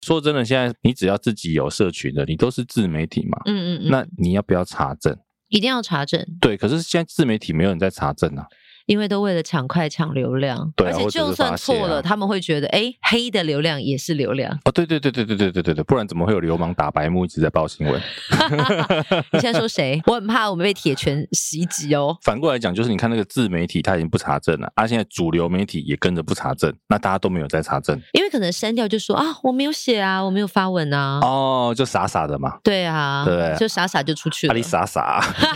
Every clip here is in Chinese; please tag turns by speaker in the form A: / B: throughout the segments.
A: 说真的，现在你只要自己有社群的，你都是自媒体嘛，
B: 嗯嗯嗯，
A: 那你要不要查证？
B: 一定要查证，
A: 对，可是现在自媒体没有人在查证啊。
B: 因为都为了抢快抢流量，
A: 对啊
B: 而且
A: 或者是
B: 就算
A: 发泄啊
B: 错了，他们会觉得，哎，黑的流量也是流量。
A: 哦，对对对对对对对对对，不然怎么会有流氓打白目一直在报新闻？
B: 你现在 说谁？我很怕我们被铁拳袭击哦。
A: 反过来讲，就是你看那个自媒体，它已经不查证了，啊，现在主流媒体也跟着不查证，那大家都没有在查证，
B: 因为可能删掉就说啊，我没有写啊，我没有发文啊，
A: 哦，就傻傻的嘛，
B: 对啊，
A: 对
B: 就傻傻就出去
A: 阿
B: 了。
A: 里傻啊傻，
B: 我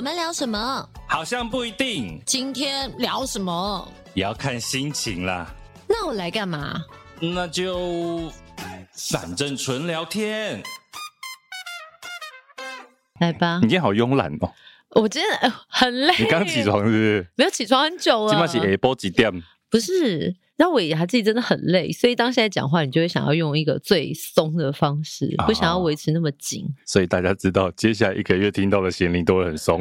B: 们聊什么？
A: 好像不一定，
B: 今天聊什么？
A: 也要看心情啦，
B: 那我来干嘛？
A: 那就反正纯聊天。
B: 来吧
A: 你，今天好慵懒哦，
B: 我今天呃很累。
A: 你刚起？床是不是？
B: 没有起床很久啊
A: 今
B: 了
A: 晚。是下播几点？
B: 不是，那我也还自己真的很累，所以当现在讲话，你就会想要用一个最松的方式，不想要
A: 哦
B: 维持那么紧。
A: 所以大家知道，接下来一个月听到的咸宁都会很 松，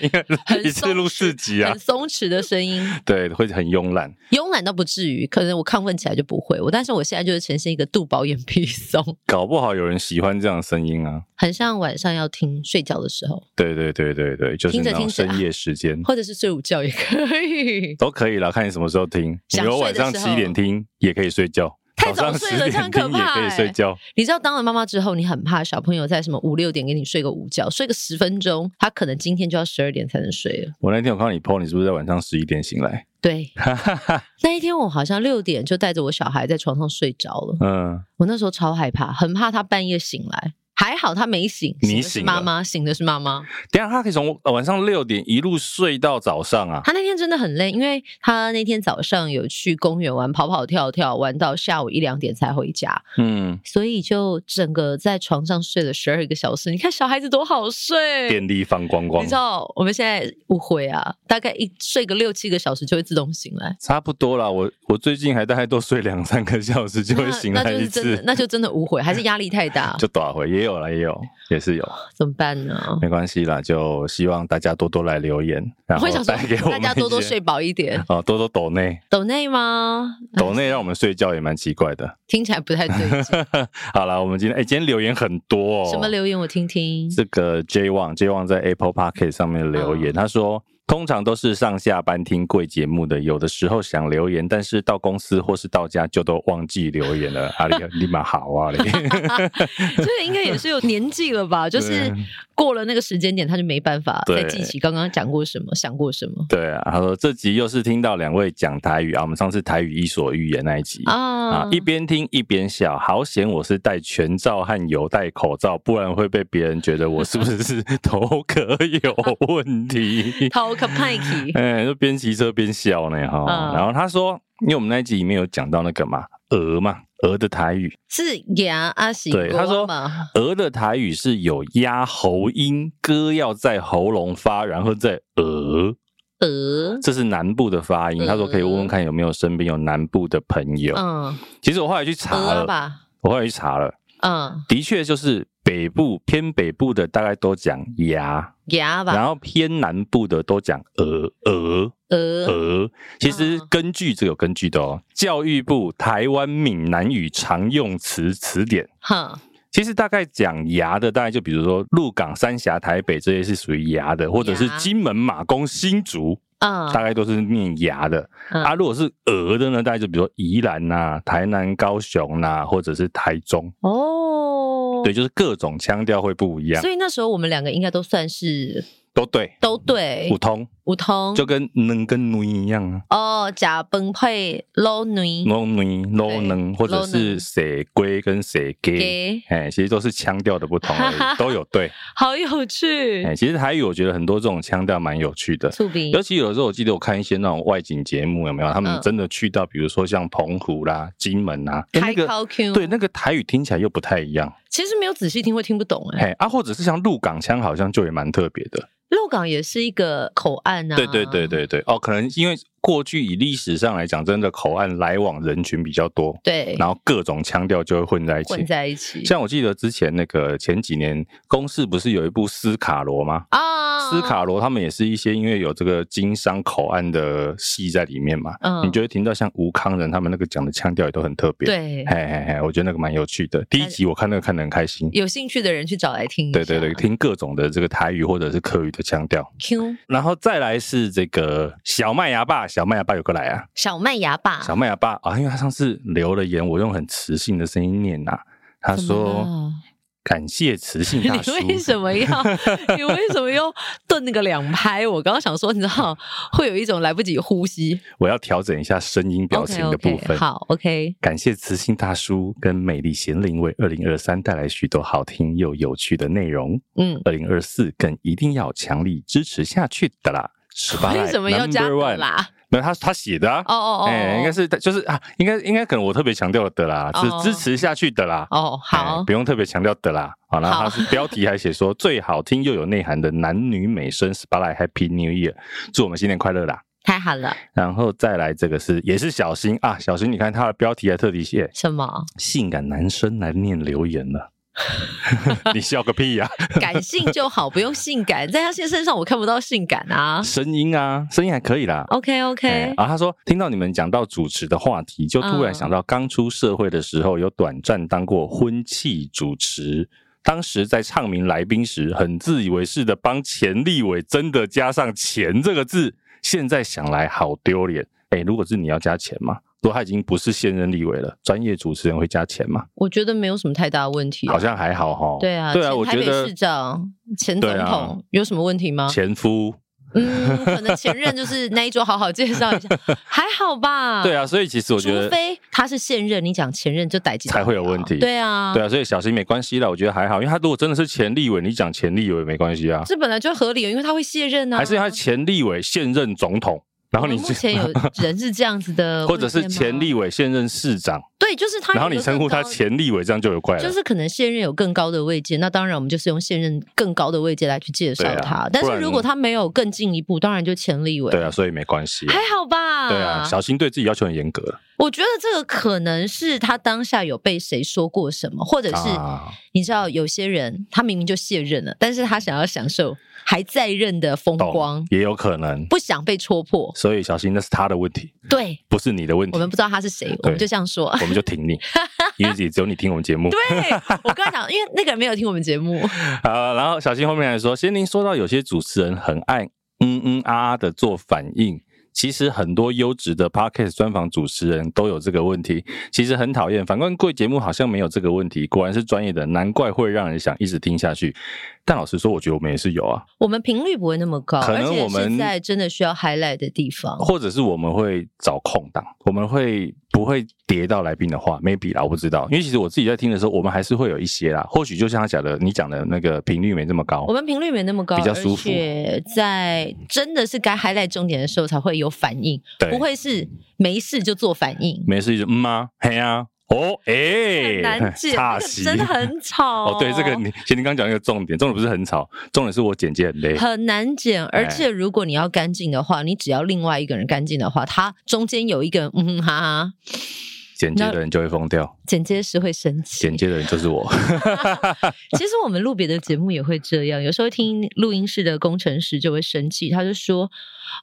A: 因为
B: 很
A: 一次
B: 松
A: 录四集啊
B: 很，松弛的声音，
A: 对，会很慵懒。
B: 慵懒倒不至于，可能我亢奋起来就不会。我但是我现在就是呈现一个肚饱眼皮松，
A: 搞不好有人喜欢这样的声音啊。
B: 很像晚上要听睡觉的时候，
A: 对对对对对，就是
B: 听
A: 那
B: 着
A: 种
B: 听着
A: 深夜时间、
B: 或者是睡午觉也可以。
A: 都可以啦，看你什么时候听。你
B: 想
A: 有晚
B: 睡的
A: 上
B: 时
A: 七点
B: 候
A: 听也可以睡觉，
B: 太
A: 早
B: 早
A: 上
B: 睡
A: 十
B: 了这
A: 点
B: 样可
A: 听也可以
B: 怕
A: 睡
B: 欸
A: 觉。
B: 你知道，当了妈妈之后，你很怕小朋友在什么五六点给你睡个午觉，睡个十分钟，他可能今天就要十二点才能睡了。
A: 我那天有看到你 PO，你是不是在晚上十一点醒来？
B: 对，那一天我好像六点就带着我小孩在床上睡着了，
A: 嗯，
B: 我那时候超害怕，很怕他半夜醒来。还好他没醒，
A: 你
B: 的是
A: 醒
B: 妈
A: 了
B: 妈，醒的是妈妈。
A: 等一下他可以从呃晚上六点一路睡到早上啊。
B: 他那天真的很累，因为他那天早上有去公园玩跑跑跳跳，玩到下午一两点才回家，
A: 嗯，
B: 所以就整个在床上睡了十二个小时。你看小孩子多好睡，
A: 电力放光光
B: 你知，道我们现在误会啊，大概一睡个六七个小时就会自动醒来，
A: 差不多啦。我我最近还大概多睡两三个小时就会
B: 那
A: 醒
B: 那
A: 来
B: 就
A: 一
B: 是真的，
A: 次，，
B: 那就真的误会，还是压力太大
A: 就打回也有啦，也有也是有。
B: 怎么办呢？
A: 没关系啦，就希望大家多多来留言，然
B: 我
A: 后
B: 会想说
A: 带给，我
B: 大
A: 们
B: 家多多
A: 一些
B: 睡嗯饱一点，
A: 哦，多多抖内，
B: 抖内吗？
A: 抖内让我们睡觉也蛮奇怪的。
B: 听起来不太
A: 哦
B: 对劲。
A: 好了，我们今天哎、今天留言很多、哦，
B: 什么留言我听听？
A: 这个 J One J One 在 Apple p o c k e t 上面留言，
B: 哦
A: 他说。通常都是上下班听贵节目的，有的时候想留言，但是到公司或是到家就都忘记留言了。阿里 立马好啊嘞，
B: 这个应该也是有年纪 了吧？就是
A: 对
B: 过了那个时间点，他就没办法
A: 对
B: 再记起刚刚讲过什么，想过什么
A: 对啊，他说这集又是听到两位讲台语啊，我们上次台语伊索寓言那一集
B: 啊。
A: 啊，一边听一边笑，好险我是戴全罩和有戴口罩，不然会被别人觉得我是不是头壳有问题
B: 逃可派 克
A: 哎，就边骑车边笑呢哈。
B: 嗯
A: 然后他说，因为我们那一集里面有讲到那个嘛，鹅嘛，鹅的台语，
B: 是牙阿喜
A: 对他说
B: 嘛？
A: 鹅的台语是有压喉音，歌要在喉咙发，然后再鹅。
B: 鹅，
A: 这是南部的发音，
B: 嗯
A: 他说可以问问看有没有身边有南部的朋友。
B: 嗯，
A: 其实我后来去查
B: 鹅
A: 了，
B: 吧，
A: 我后来去查了，
B: 嗯，
A: 的确就是北部偏北部的大概都讲牙，
B: 牙吧，
A: 然后偏南部的都讲鹅鹅
B: 鹅，
A: 鹅。其实
B: 嗯
A: 根据这个有根据的哦，教育部台湾闽南语常用词词典。
B: 哈，
A: 其实大概讲牙的，大概就比如说鹿港、三峡、台北这些是属于牙的，或者是
B: 牙
A: 金门、马公、新竹，
B: 嗯，
A: 大概都是念牙的。
B: 嗯
A: 啊，如果是鹅的呢，大概就比如说宜兰呐、台南、高雄呐、或者是台中，
B: 哦，
A: 对，就是各种腔调会不一样
B: 所。以那时候我们两个应该都算是
A: 都对，
B: 都对
A: 五，通
B: 五通
A: 就跟能跟奴一样啊，
B: 哦，假崩配 low 女
A: 奴奴奴能，或者是谁龟跟谁给，
B: 给，
A: 哎，其实都是腔调的不同而 已，都有对。
B: 好有趣
A: 哎，，其实台语我觉得很多这种腔调蛮有趣的，
B: 醋饼
A: 尤其有的时候我记得我看一些那种外景节目，有没有？他们
B: 嗯
A: 真的去到，比如说像澎湖啦、金门啊，哎那
B: 开
A: 个
B: 高 Q，
A: 对，那个台语听起来又不太一样，
B: 其实没有仔细听会听不懂哎。
A: 哎啊，或者是像鹿港腔，好像就也蛮特别的。
B: 鹿港也是一个口岸啊，
A: 对对对对对，哦，可能因为过去以历史上来讲，真的口岸来往人群比较多，
B: 对，
A: 然后各种腔调就会混在一
B: 混
A: 起。
B: 在一起，
A: 像我记得之前那个前几年公视不是有一部《斯卡罗》吗？
B: 啊，
A: 斯卡罗他们也是一些因为有这个经商口岸的戏在里面嘛，
B: 嗯
A: 你就会听到像吴康仁他们那个讲的腔调也都很特别。，
B: 对，
A: 嘿嘿嘿，我觉得那个蛮有趣的。第一集我看那个看得很开心。
B: 有兴趣的人去找来听一下。
A: 对对对，听各种的这个台语或者是客语的腔调，
B: Q
A: 然后再来是这个小麦芽爸，小麦芽爸有个来啊，
B: 小麦芽吧，
A: 小麦芽爸啊，因为他上次留了言，我用很磁性的声音念呐、他
B: 怎么
A: 说
B: 了
A: 感谢磁性
B: 你
A: 大叔，
B: 为什 么要？你为什么要顿那个两拍？我刚刚想说，你知
A: 嗯
B: 道会有一种来不及呼吸
A: 我要调整一下声音表情的部
B: o k o k
A: 分。
B: 好，OK，
A: 感谢慈心大叔跟美丽贤玲为二零二三带来许多好听又有趣的内容，
B: 嗯，
A: 二零二四更一定要强力支持下去的啦！十八
B: 为
A: 赖
B: 什么要
A: number
B: 加
A: one
B: 的？啦？
A: 没有他他写的啊，
B: 哦哦哦，
A: 哎、应该是就是啊，应该应该可能我特别强调了的啦，
B: 哦
A: 是支持下去的啦。
B: 哦，
A: 哎
B: 好
A: 不，用特别强调的啦。好，然后
B: 好
A: 他是标题还写说最好听又有内涵的男女美声 Spotlight Happy New Year，祝我们新年快乐啦！
B: 太好了，
A: 然后再来这个是也是小新啊，小新，你看他的标题还特地写
B: 什么？
A: 性感男生来念留言了， 你笑个屁呀、
B: 感性就好，不用性感，在他现身上我看不到性感啊。
A: 声音啊，声音还可以啦。
B: OK
A: 哎
B: OK，
A: 然后他说，听到你们讲到主持的话题，就
B: 嗯
A: 突然想到刚出社会的时候，有短暂当过婚庆主持。当时在唱名来宾时，很自以为是的帮钱立伟真的加上“钱”这个字，现在想来好丢脸。哎，如果是你要加钱嘛，如果他已经不是现任立委了，专业主持人会加钱吗？
B: 我觉得没有什么太大的问题啊。
A: 好像还好哈。
B: 对啊，
A: 对啊，
B: 前
A: 我
B: 台
A: 觉
B: 北
A: 得
B: 市长、啊前总
A: 对啊
B: 统有什么问题吗？
A: 前夫
B: 嗯，可能前任就是那一桌，好好介 绍一下，还好吧？
A: 对，啊，所以其实我觉
B: 除
A: 得
B: 非他是现任，你讲前任就逮进
A: 才会有问题。
B: 对啊，
A: 对啊，所以小新没关系啦，我觉得还好，因为他如果真的是前立委，你讲前立委没关系啊，
B: 这本来就合理，因为他会卸任啊。
A: 还是他前立委现任总统，然 后你
B: 我们目前有人是这样子的
A: 或
B: 问题
A: 者是
B: 吗，
A: 前立委现任市长，
B: 对，就是他有一个
A: 然后你称呼他
B: 更高。
A: 前立委，这样就有怪了。
B: 就是可能现任有更高的位阶，那当然我们就是用现任更高的位阶来去介绍
A: 对啊
B: 他。但
A: 不
B: 是
A: 然
B: 如果他没有更进一步，当然就前立委。
A: 对啊，所以没关系啊。
B: 还好吧？
A: 对啊，小新对自己要求很严格了
B: 我觉得这个可能是他当下有被谁说过什么，或者是
A: 啊
B: 你知道有些人他明明就卸任了，但是他想要享受还在任的风
A: 懂
B: 光，
A: 也有可能。
B: 不想被戳破。
A: 所以小新那是他的问题，
B: 对
A: 不是你的问题。
B: 我们不知道他是谁，我们就这样说。
A: 我们就挺你，因为也只有你听我们节 目。
B: 对我跟他讲，因为那个人没有听我们节目，
A: 好，然后小新后面还说，先您说到有些主持人很爱嗯嗯啊啊的做反应，其实很多优质的 podcast 专访主持人都有这个问题，其实很讨厌。反观贵节目好像没有这个问题，果然是专业的，难怪会让人想一直听下去。但老实说，我觉得我们也是有啊，
B: 我们频率不会那么高，
A: 可能
B: 而且
A: 我们
B: 是在真的需要 highlight 的地方。
A: 或者是我们会找空档，我们会不会叠到来宾的话，maybe 啦，我不知道，因为其实我自己在听的时候，我们还是会有一些啦，或许就像他讲的，你讲的那个频率没这么高
B: 我。们频率没那么高，
A: 比较舒服嗯
B: 而且在真的是该 highlight 重点的时候才会有反应，
A: 对
B: 不会是没事就做反应。
A: 没事就嗯啊，嘿啊，哦，哎、
B: 很难解，
A: 差
B: 那个
A: 席，
B: 真的 很吵、
A: 哦，对，这个你，其实你刚讲那个重点，重点不是很吵，重点是我剪辑很累，
B: 很难剪，
A: 哎
B: 而且如果你要干净的话，你只要另外一个人干净的话，他中间有一个人嗯哼哈哈，
A: 剪接的人就会疯掉，
B: 剪接师会生气
A: 剪。接的人就是 我。
B: 其实我们录别的节目也会这样，有时候听录音室的工程师就会生气，他就说：“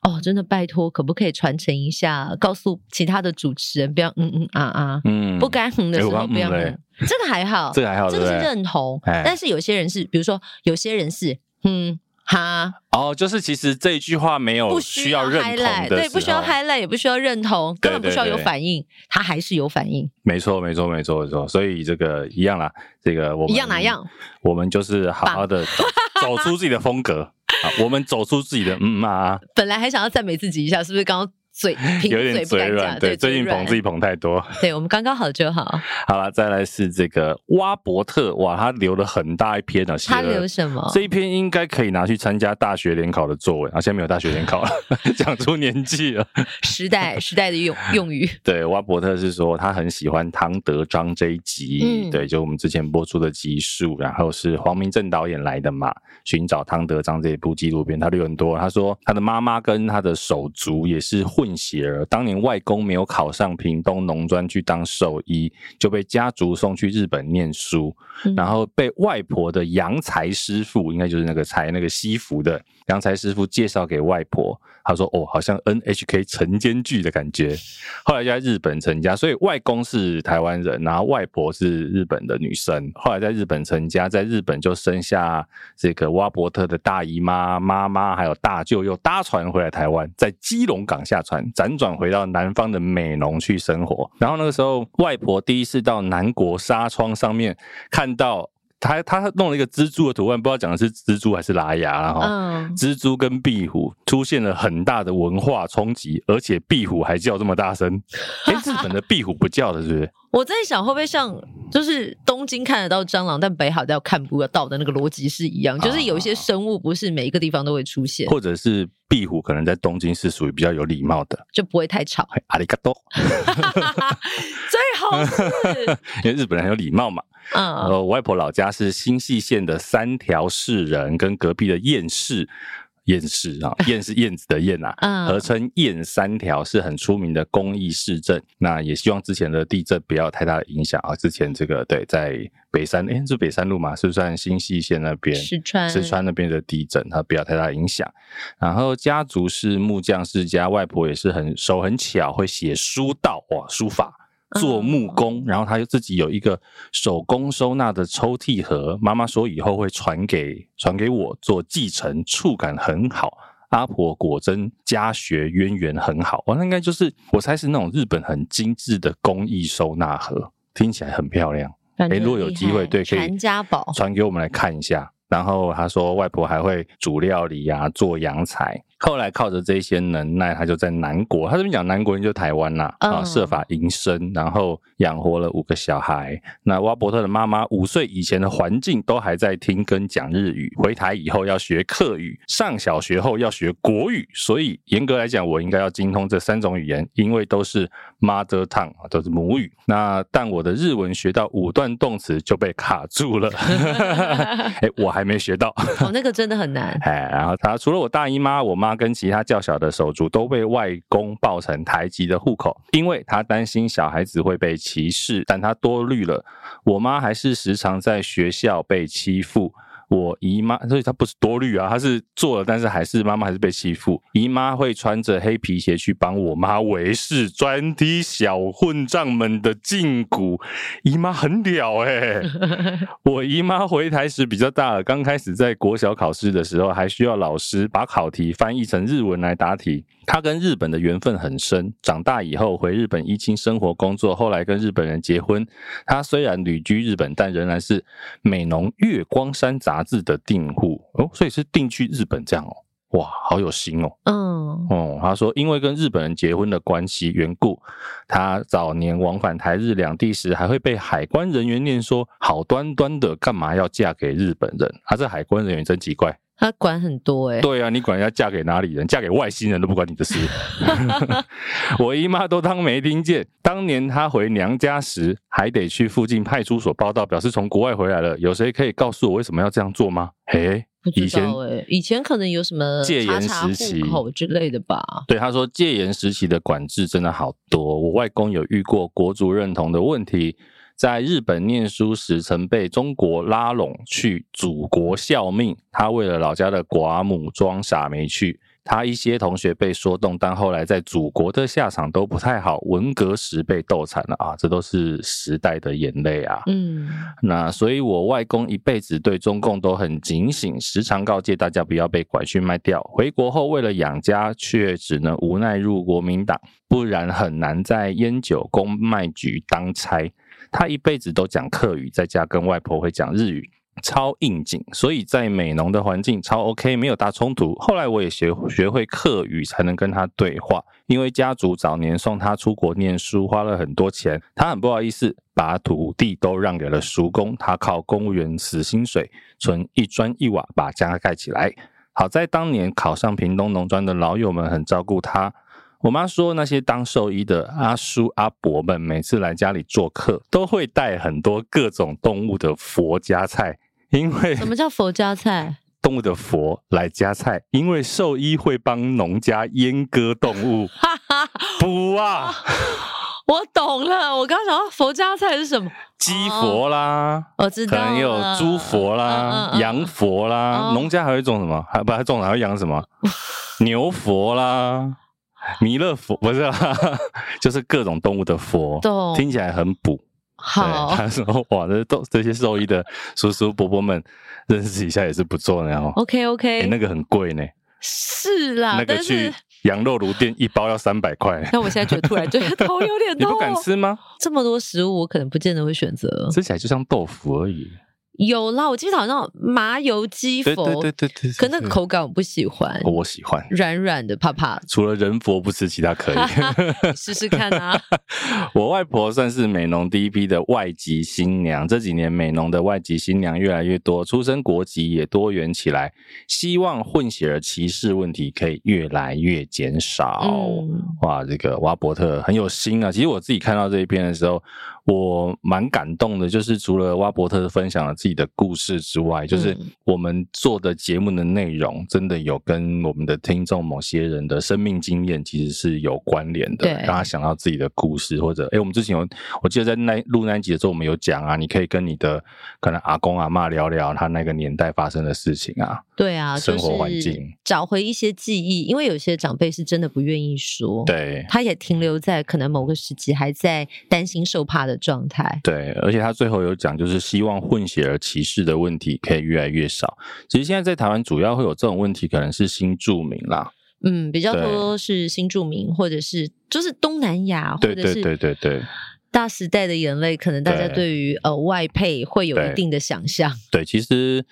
B: 哦，真的拜托，可不可以传承一下，告诉其他的主持人不要嗯嗯啊啊，
A: 嗯，
B: 不该哼的时
A: 哎我
B: 候
A: 刚
B: 不要
A: 嗯
B: 哼。
A: 嘞
B: 这个还好，
A: 这个还好，
B: 这
A: 对
B: 个
A: 不
B: 是
A: 对？
B: 认同，
A: 哎
B: 但是有些人是，比如说有些人是嗯哈。
A: 哦，就是其实这一句话没有
B: 不
A: 哦需要认
B: highlight，
A: 同的，
B: 对，不需要 highlight，也不需要认同，根本不
A: 对对
B: 需要有
A: 对
B: 反应，他还是有反应，
A: 没错，没错，没错，没错。所以这个一样啦，这个我们
B: 一样哪样？
A: 我们就是好好的走走出自己的风格。好，我们走出自己的嗯啊，
B: 本来还想要赞美自己一下，是不是刚刚嘴 贫
A: 有点
B: 嘴不
A: 嘴
B: 敢
A: 软，
B: 讲？
A: 对，最近
B: 捧
A: 捧自己，捧太多。
B: 对我们刚刚好就好。
A: 好了，再来是这个挖伯特，哇，他留了很大一篇啊，写
B: 他
A: 了
B: 留什么？
A: 这一篇应该可以拿去参加大学联考的作文啊，现在没有大学联考了， 讲出年纪了。
B: 时 代时代的用用语。
A: 对，挖伯特是说他很喜欢汤德章这一集，
B: 嗯
A: 对，就我们之前播出的集数，然后是黄明正导演来的嘛，寻找汤德章这一部纪录片，他留很多。他说他的妈妈跟他的手足也是混血儿，当年外公没有考上屏东农专去当兽医，就被家族送去日本念书，
B: 嗯
A: 然后被外婆的洋裁师傅，应该就是那个裁那个西服的洋裁师傅介绍给外婆，他说哦，好像 NHK 晨间剧的感觉。后来就在日本成家，所以外公是台湾人，然后外婆是日本的女生。后来在日本成家，在日本就生下这个挖伯特的大姨妈、妈妈，还有大舅，又搭船回来台湾，在基隆港下船，辗转回到南方的美浓去生活。然后那个时候，外婆第一次到南国纱窗上面看到。他他弄了一个蜘蛛的图案，不知道讲的是蜘蛛还是拉牙啦哈。
B: 嗯，
A: 蜘蛛跟壁虎出现了很大的文化冲击，而且壁虎还叫这么大声。哎、日本的壁虎不叫的，是不是？
B: 我在想会不会像就是东京看得到蟑螂，但北海道看不到的那个逻辑是一样，就是有一些生物不是每一个地方都会出现，
A: 啊或者是壁虎可能在东京是属于比较有礼貌的。
B: 就不会太吵。
A: 嘿阿里嘎多，
B: 最 好是，
A: 因为日本人很有礼貌嘛。然
B: 嗯，
A: 后我外婆老家是新舄县的三条市人，跟隔壁的燕市。燕市啊，燕是燕子的燕啊，
B: 嗯
A: 合称燕三条是很出名的公益市镇。那也希望之前的地震不要有太大的影响啊。之前这个对，在北山，诶，是北山路嘛，是不是算新舄县那边？
B: 石川，
A: 四川那边的地震，它不要太大影响。然后家族是木匠世家，外婆也是很手很巧，会写书道哇，书法。做木工，然后他就自己有一个手工收纳的抽屉盒。妈妈说以后会传给传给我做继承，触感很好。阿婆果真家学渊源很好，哇，那应该就是我猜是那种日本很精致的工艺收纳盒，听起来很漂亮。
B: 感觉
A: 诶，如果有
B: 很厉
A: 机会，
B: 害
A: 对，可以
B: 传 家宝，
A: 传给我们来看一下。然后他说，外婆还会煮料理呀、做洋菜。后来靠着这些能耐，他就在南国，他这边讲南国人就是台湾啦、啊，
B: 嗯
A: 设法营生，然后养活了五个小孩。那挖伯特的妈妈五岁以前的环境都还在听跟讲日语，回台以后要学客语，上小学后要学国语，所以严格来讲，我应该要精通这三种语言，因为都是 mother tongue，都啊是母语。那但我的日文学到五段动词就被卡住了， 哎，我还没学到。
B: 哦，那个真的很 难。
A: 哎，然后他除了我大姨妈、我妈跟其他较小的手足都被外公报成台籍的户口，因为他担心小孩子会被歧视，但他多虑了。我妈还是时常在学校被欺负。我姨妈，所以她不是多虑啊，她是做了，但是还是妈妈还是被欺负。姨妈会穿着黑皮鞋去帮我妈维持专踢小混账们的胫骨，姨妈很屌哎、我姨妈回台时比较大了，刚开始在国小考试的时候，还需要老师把考题翻译成日文来答题。她跟日本的缘分很深，长大以后回日本一清生活工作，后来跟日本人结婚。她虽然旅居日本，但仍然是美浓月光山杂志的订户哦，所以是定居日本这样哦。哇，好有心哦！
B: 嗯，
A: 哦、他说因为跟日本人结婚的关系缘故，他早年往返台日两地时，还会被海关人员念说好端端的干嘛要嫁给日本人？啊，这海关人员真奇怪。
B: 他管很多哎、
A: 对啊，你管人家嫁给哪里人，嫁给外星人都不管你的事。 我姨妈都当没听见。当年她回娘家时，还得去附近派出所报到，表示从国外回来了。有谁可以告诉我为什么要这样做吗？嘿，
B: 不
A: 以
B: 知
A: 前
B: 道哎、以前可能有什么
A: 戒
B: 查
A: 严
B: 查
A: 时期
B: 户口之类的吧。
A: 对，他说戒严时期的管制真的好多。我外公有遇过国族认同的问题，在日本念书时曾被中国拉拢去祖国效命，他为了老家的寡母装傻没去。他一些同学被说动，但后来在祖国的下场都不太好。文革时被斗惨了啊，这都是时代的眼泪啊。
B: 嗯，
A: 那所以，我外公一辈子对中共都很警醒，时常告诫大家不要被拐去卖掉。回国后，为了养家，却只能无奈入国民党，不然很难在烟酒公卖局当差。他一辈子都讲客语，在家跟外婆会讲日语。超应景，所以在美农的环境超 OK，没有大冲突。后来我也学学会客语才能跟他对话，因为家族早年送他出国念书，花了很多钱，他很不好意思，把土地都让给了叔公，他靠公务员死薪水存一砖一瓦把家盖起来。好在当年考上屏东农专的老友们很照顾他。我妈说，那些当兽医的阿叔阿伯们，每次来家里做客，都会带很多各种动物的佛家菜，因为
B: 什么叫佛家菜？
A: 动物的佛来加菜，因为兽医会帮农家阉割动物 补啊，
B: 我懂了，我刚想到佛家菜是什么？
A: 鸡佛啦，
B: 我哦知
A: 可
B: 道了，
A: 能也有猪佛
B: 嗯
A: 啦、
B: 嗯嗯
A: 羊佛啦，
B: 哦
A: 农家还有一种什么？还不还种还会养什么？牛佛啦、弥勒佛不是啦， 就是各种动物的佛
B: 懂，
A: 听起来很补。对，
B: 好。
A: 他说哇，这都这些兽医的叔叔伯伯们认识一下也是不错的哦。
B: OK
A: 诶
B: OK，
A: 那个很贵呢，
B: 是啦，
A: 那个
B: 但是
A: 去 羊肉炉店一包要三百块，
B: 但我现在觉得突然觉得 头有点
A: 你
B: 痛。
A: 不敢吃吗？
B: 这么多食物，我可能不见得会选择。
A: 吃起来就像豆腐而已。
B: 有啦，我记得好像麻油鸡
A: 对
B: 佛，
A: 对对对对，
B: 可那
A: 对
B: 个口感我不喜欢，
A: 哦我喜欢，
B: 软软的，怕怕的，
A: 除了人佛不吃，其他可以。
B: 试试看啊。
A: 我外婆算是美农第一批的外籍新娘，这几年美农的外籍新娘越来越多，出生国籍也多元起来，希望混血儿歧视问题可以越来越减少。
B: 嗯，
A: 哇，这个挖伯特很有心啊！其实我自己看到这一篇的时候，我蛮感动的。就是除了挖伯特分享了自己的故事之外，就是
B: 嗯
A: 我们做的节目的内容，真的有跟我们的听众某些人的生命经验其实是有关联的，
B: 对
A: 让他想到自己的故事，或者诶，我们之前有，我记得在那录那一集的时候，我们有讲啊，你可以跟你的可能阿公阿妈聊聊他那个年代发生的事情啊，
B: 对啊，
A: 生活环
B: 就是
A: 境
B: 找回一些记忆，因为有些长辈是真的不愿意说，，
A: 对。
B: 他也停留在可能某个时期还在担心受怕的状态。
A: 对，而且他最后有讲，就是希望混血儿歧视的问题可以越来越少。其实现在在台湾主要会有这种问题，可能是新住民啦。
B: 嗯，比较
A: 对
B: 多是新住民，或者是就是东南亚，
A: 对
B: 或者
A: 对
B: 是
A: 对对对
B: 大时代的眼泪，可能大家
A: 对
B: 对于呃外配会有
A: 对
B: 一定的想象。
A: 对，其实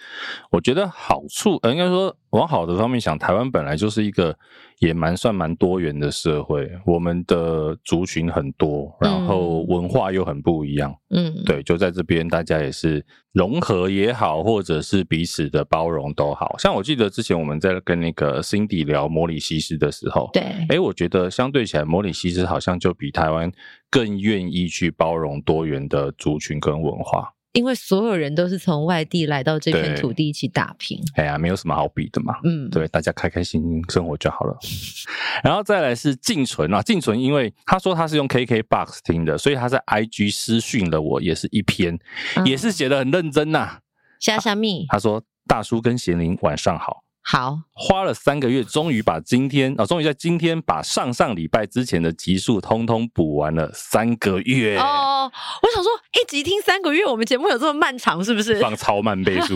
A: 我觉得好处，呃，应该说往好的方面想，台湾本来就是一个也蛮算蛮多元的社会，我们的族群很多，然后
B: 嗯
A: 文化又很不一样。
B: 嗯，
A: 对，就在这边，大家也是融合也好，或者是彼此的包容都好。像我记得之前我们在跟那个 Cindy 聊摩里西斯的时候，
B: 对，
A: 诶，我觉得相对起来，摩里西斯好像就比台湾更愿意去包容多元的族群跟文化。
B: 因为所有人都是从外地来到这片
A: 对
B: 土地一起打拼。
A: 哎呀，没有什么好比的嘛。
B: 嗯，
A: 对，大家开开心心生活就好了。 然后再来是静存啊，静存，因为他说他是用 KKBOX 听的，所以他在 IG 私讯了我，也是一篇，
B: 嗯
A: 也是啊写的很认真呐、
B: 虾虾蜜，
A: 他说：“大叔跟贤玲晚上好，
B: 好，哦
A: 花了三个月，终于把今天啊、终于在今天把上上礼拜之前的集数通通补完了，三个月。
B: 哦，我想说，一集听三个月，我们节目有这么漫长是不是？
A: 放超慢倍 数，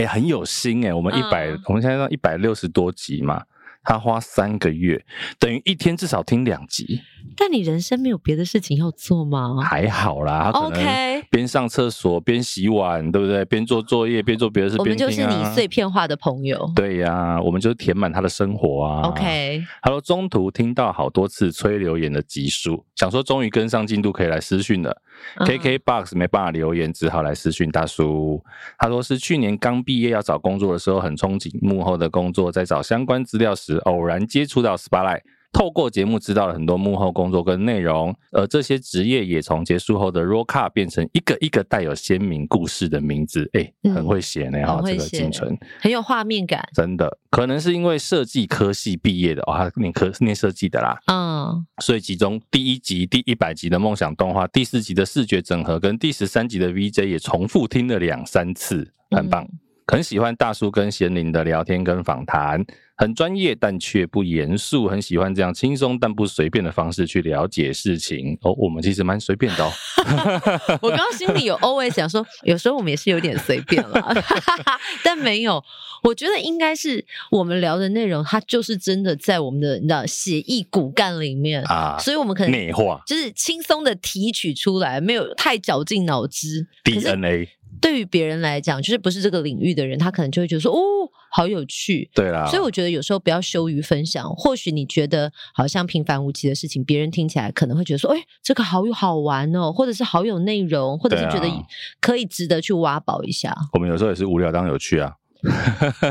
A: 哎、很有心哎、我们一百、
B: 嗯
A: 我们现在到一百六十多集嘛，他花三个月，等于一天至少听两集，
B: 但你人生没有别的事情要做吗
A: 还好啦。啊他可能
B: 哦？OK，
A: 边上厕所边洗碗，对不对？边做作业边做别的事，
B: 我
A: 边
B: 们
A: 听啊。
B: 就是你碎片化的朋友。
A: 对呀、我们就是填满他的生活啊。
B: OK，
A: 他说中途听到好多次催留言的集数，想说终于跟上进度可以来私讯了。
B: 嗯
A: KKBOX 没办法留言，只好来私讯大叔。他说是去年刚毕业要找工作的时候，很憧憬幕后的工作，在找相关资料时偶然接触到 Spotlight。透过节目知道了很多幕后工作跟内容，而这些职业也从结束后的 r o c a 变成一个一个带有鲜明故事的名字。哎、
B: 嗯
A: 很会写呢哈、
B: 很会
A: 这个
B: 写
A: 金纯。
B: 很有画面感。
A: 真的，可能是因为设计科系毕业的哦，他念科念设计的啦，
B: 嗯，
A: 所以其中第一集、第一百集的梦想动画、第四集的视觉整合跟第十三集的 VJ 也重复听了两三次，很棒，
B: 嗯
A: 很喜欢大叔跟贤玲的聊天跟访谈，很专业但却不严肃，很喜欢这样轻松但不随便的方式去了解事情。哦，我们其实蛮随便的哦。
B: 我刚刚心里有 always 想说，有时候我们也是有点随便 了，但没有。我觉得应该是我们聊的内容，它就是真的在我们的你知道血液骨干里面，
A: 啊，
B: 所以我们可能
A: 内化
B: 就是轻松的提取出来，没有太绞尽脑汁。可是
A: DNA
B: 对于别人来讲，就是不是这个领域的人，他可能就会觉得说，哦，好有趣。
A: 对啦，
B: 所以我觉得有时候不要羞于分享。或许你觉得好像平凡无奇的事情，别人听起来可能会觉得说：“哎，这个好有好玩哦，或者是好有内容，或者是觉
A: 对
B: 得
A: 啊
B: 可以值得去挖宝一下。
A: 我们有时候也是无聊当有趣啊，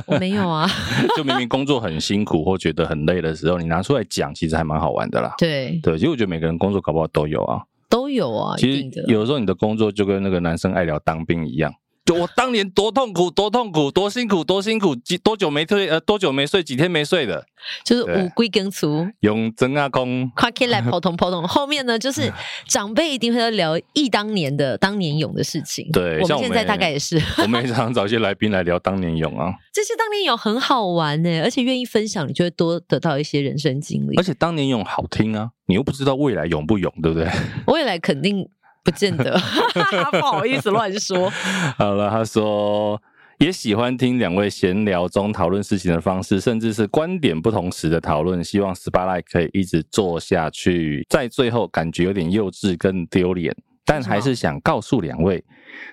B: 我没 有啊，
A: 就明明工作很辛苦或觉得很累的时候，你拿出来讲，其实还蛮好玩的啦。
B: 对，
A: 对，其实我觉得每个人工作搞不好都有啊。
B: 都有啊，一
A: 其
B: 定
A: 实
B: 的。
A: 有时候你的工作就跟那个男生爱聊当兵一样，就我当年多痛苦，多痛苦，多辛苦，多辛苦，几多久没睡呃多久没睡，几天没睡的，
B: 就是
A: 对
B: 五龟跟粗，
A: 用曾阿公。
B: 快起来，扑通扑通。后面呢，就是长辈一定会聊忆当年的、当年勇的事情。
A: 对
B: 我
A: 像
B: 们
A: 我
B: 现
A: 们
B: 在大概也是
A: 我们也常常找一些来宾来聊当年勇啊，
B: 这些当年勇很好玩呢、欸而且愿意分享，你就会多得到一些人生经历
A: 而。且当年勇好听啊，你又不知道未来勇不勇，对不对？
B: 未来肯定不见得， 不好意思乱说。
A: 好了，他说也喜欢听两位闲聊中讨论事情的方式，甚至是观点不同时的讨论。希望 Spotlight 可以一直做下去，在最后感觉有点幼稚跟丢脸。但还是想告诉两位，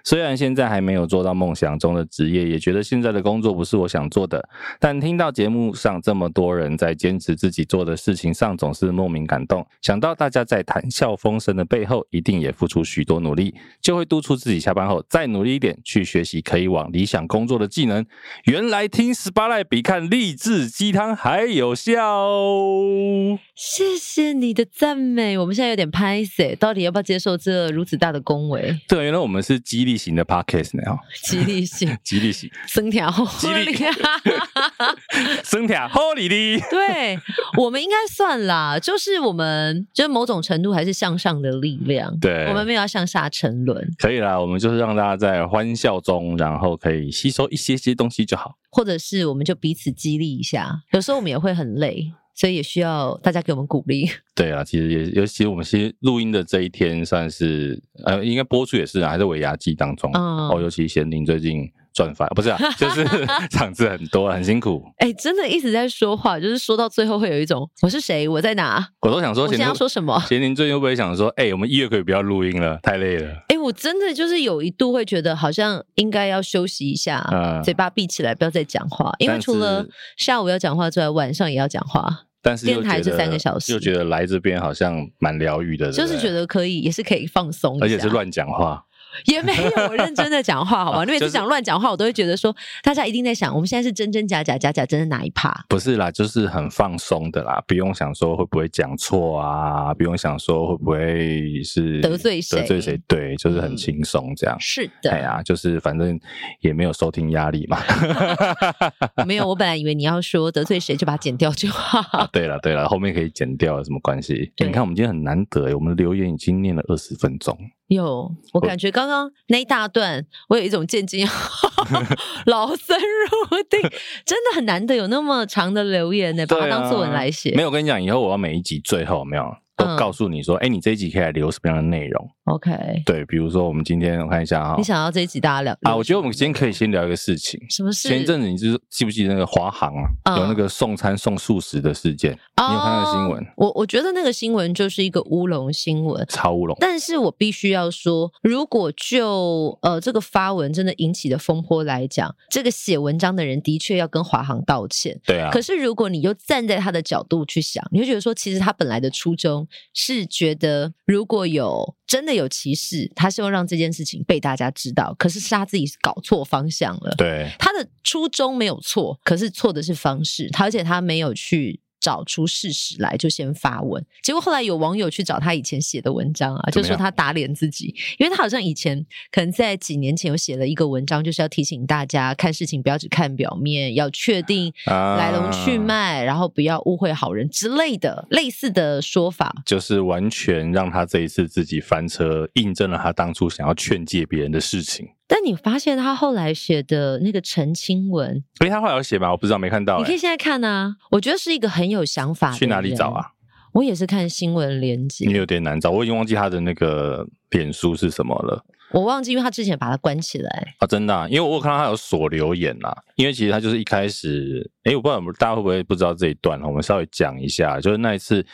A: 虽然现在还没有做到梦想中的职业，也觉得现在的工作不是我想做的，但听到节目上这么多人在坚持自己做的事情上，总是莫名感动。想到大家在谈笑风生的背后，一定也付出许多努力，就会督促自己下班后再努力一点，去学习可以往理想工作的技能。原来听 s p a 赖比看励志鸡汤还有效哦！
B: 谢谢你的赞美，我们现在有点拍死，到底要不要接受这如此大的恭维？
A: 对，原来我们是激励型的 Podcast 呢，哦
B: 激励性
A: 激励型，
B: 生条，
A: 激励生条 Holy 的，
B: 对我们应该算啦，就是我们就是某种程度还是向上的力量，
A: 对
B: 我们没有要向下沉沦，
A: 可以啦，我们就是让大家在欢笑中，然后可以吸收一些些东西就好。
B: 或者是我们就彼此激励一下，有时候我们也会很累。所以也需要大家给我们鼓励，
A: 对啊，其实也尤其我们其实录音的这一天算是呃，应该播出也是啊，还在尾牙季当中、
B: 嗯
A: 哦。尤其贤玲最近赚翻，不是啊，就是 场子很多，很辛苦。
B: 哎、真的一直在说话，就是说到最后会有一种我是谁，我在哪，
A: 我都想说
B: 我
A: 贤
B: 现在
A: 玲
B: 要说 什么？
A: 贤玲最近会不会想说，哎、我们一月可以不要录音了，太累了。
B: 哎、我真的就是有一度会觉得好像应该要休息一下，
A: 嗯
B: 嘴巴闭起来，不要再讲话，因为
A: 但
B: 除了
A: 是
B: 下午要讲话之外，晚上也要讲话，
A: 但是又
B: 电台
A: 觉得
B: 是三个小时
A: 又觉得来这边好像蛮疗愈的，对不
B: 就是
A: 对
B: 觉得可以，也是可以放松一下，
A: 而且是乱讲话。
B: 也没有我认真的讲 话，好吗？你每
A: 就是
B: 次讲乱讲话，我都会觉得说，大家一定在想，我们现在是真真假假，假假真的哪一趴？
A: 不是啦，就是很放松的啦，不用想说会不会讲错啊，不用想说会不会是
B: 得罪谁嗯
A: 得罪谁，对，就是很轻松这样。
B: 是
A: 哎
B: 的，
A: 呀，就是反正也没有收听压力嘛。
B: 没有。我本来以为你要说得罪谁就把它剪掉就好。
A: 对了对了，后面可以剪掉有什么关系？
B: 对
A: 你看我们今天很难得，我们留言已经念了二十分钟，
B: 有，我感觉刚刚那一大段，我有一种渐进 老僧入定，真的很难得有那么长的留言呢，哎把它
A: 对啊
B: 当作文来写。
A: 没有，我跟你讲，以后我要每一集最后有没有都
B: 嗯
A: 告诉你说，哎、你这一集可以来留什么样的内容？
B: OK，
A: 对，比如说我们今天我看一下哈
B: 你，想要这一集大家聊
A: 啊，我觉得我们今天可以先聊一个事情。
B: 什么事？
A: 前一阵子你知记不记得那个华航啊，
B: 嗯
A: 有那个送餐送素食的事件，
B: 你
A: 你有看那个新闻
B: 哦我我觉得那个新闻就是一个乌龙新闻，
A: 超乌龙。
B: 但是我必须要说，如果就呃这个发文真的引起的风波来讲，这个写文章的人的确要跟华航道歉。
A: 对啊
B: 可，是如果你又站在他的角度去想，你就觉得说，其实他本来的初衷是觉得，如果有真的有歧视，他希望让这件事情被大家知道，可是是他自己搞错方向了。
A: 对
B: 他的初衷没有错，可是错的是方式，他而且他没有去找出事实来，就先发文。结果后来有网友去找他以前写的文章啊，
A: 怎
B: 就
A: 么样
B: 说他打脸自己，因为他好像以前可能在几年前有写了一个文章，就是要提醒大家看事情不要只看表面，要确定
A: 啊
B: 来龙去脉，然后不要误会好人之类的类似的说法。
A: 就是完全让他这一次自己翻车，印证了他当初想要劝诫别人的事情。
B: 但你发现他后来写的那个澄清文，
A: 哎、他后来有写吗？我不知道，没看到、
B: 你可以
A: 欸。
B: 现在看啊，我觉得是一个很有想法。
A: 去哪里找啊？？
B: 我也是看新闻连
A: 你
B: 接，
A: 有点难找，我已经忘记他的那个脸书是什么了
B: 我忘记，因为他之前把它关起来。
A: 啊！真的啊、因为我有看到他有锁留言啦。因为其实他就是一开始，哎、我不知道啊有没有大家会不会不知道这一段，我们稍微讲一下，就是那一次，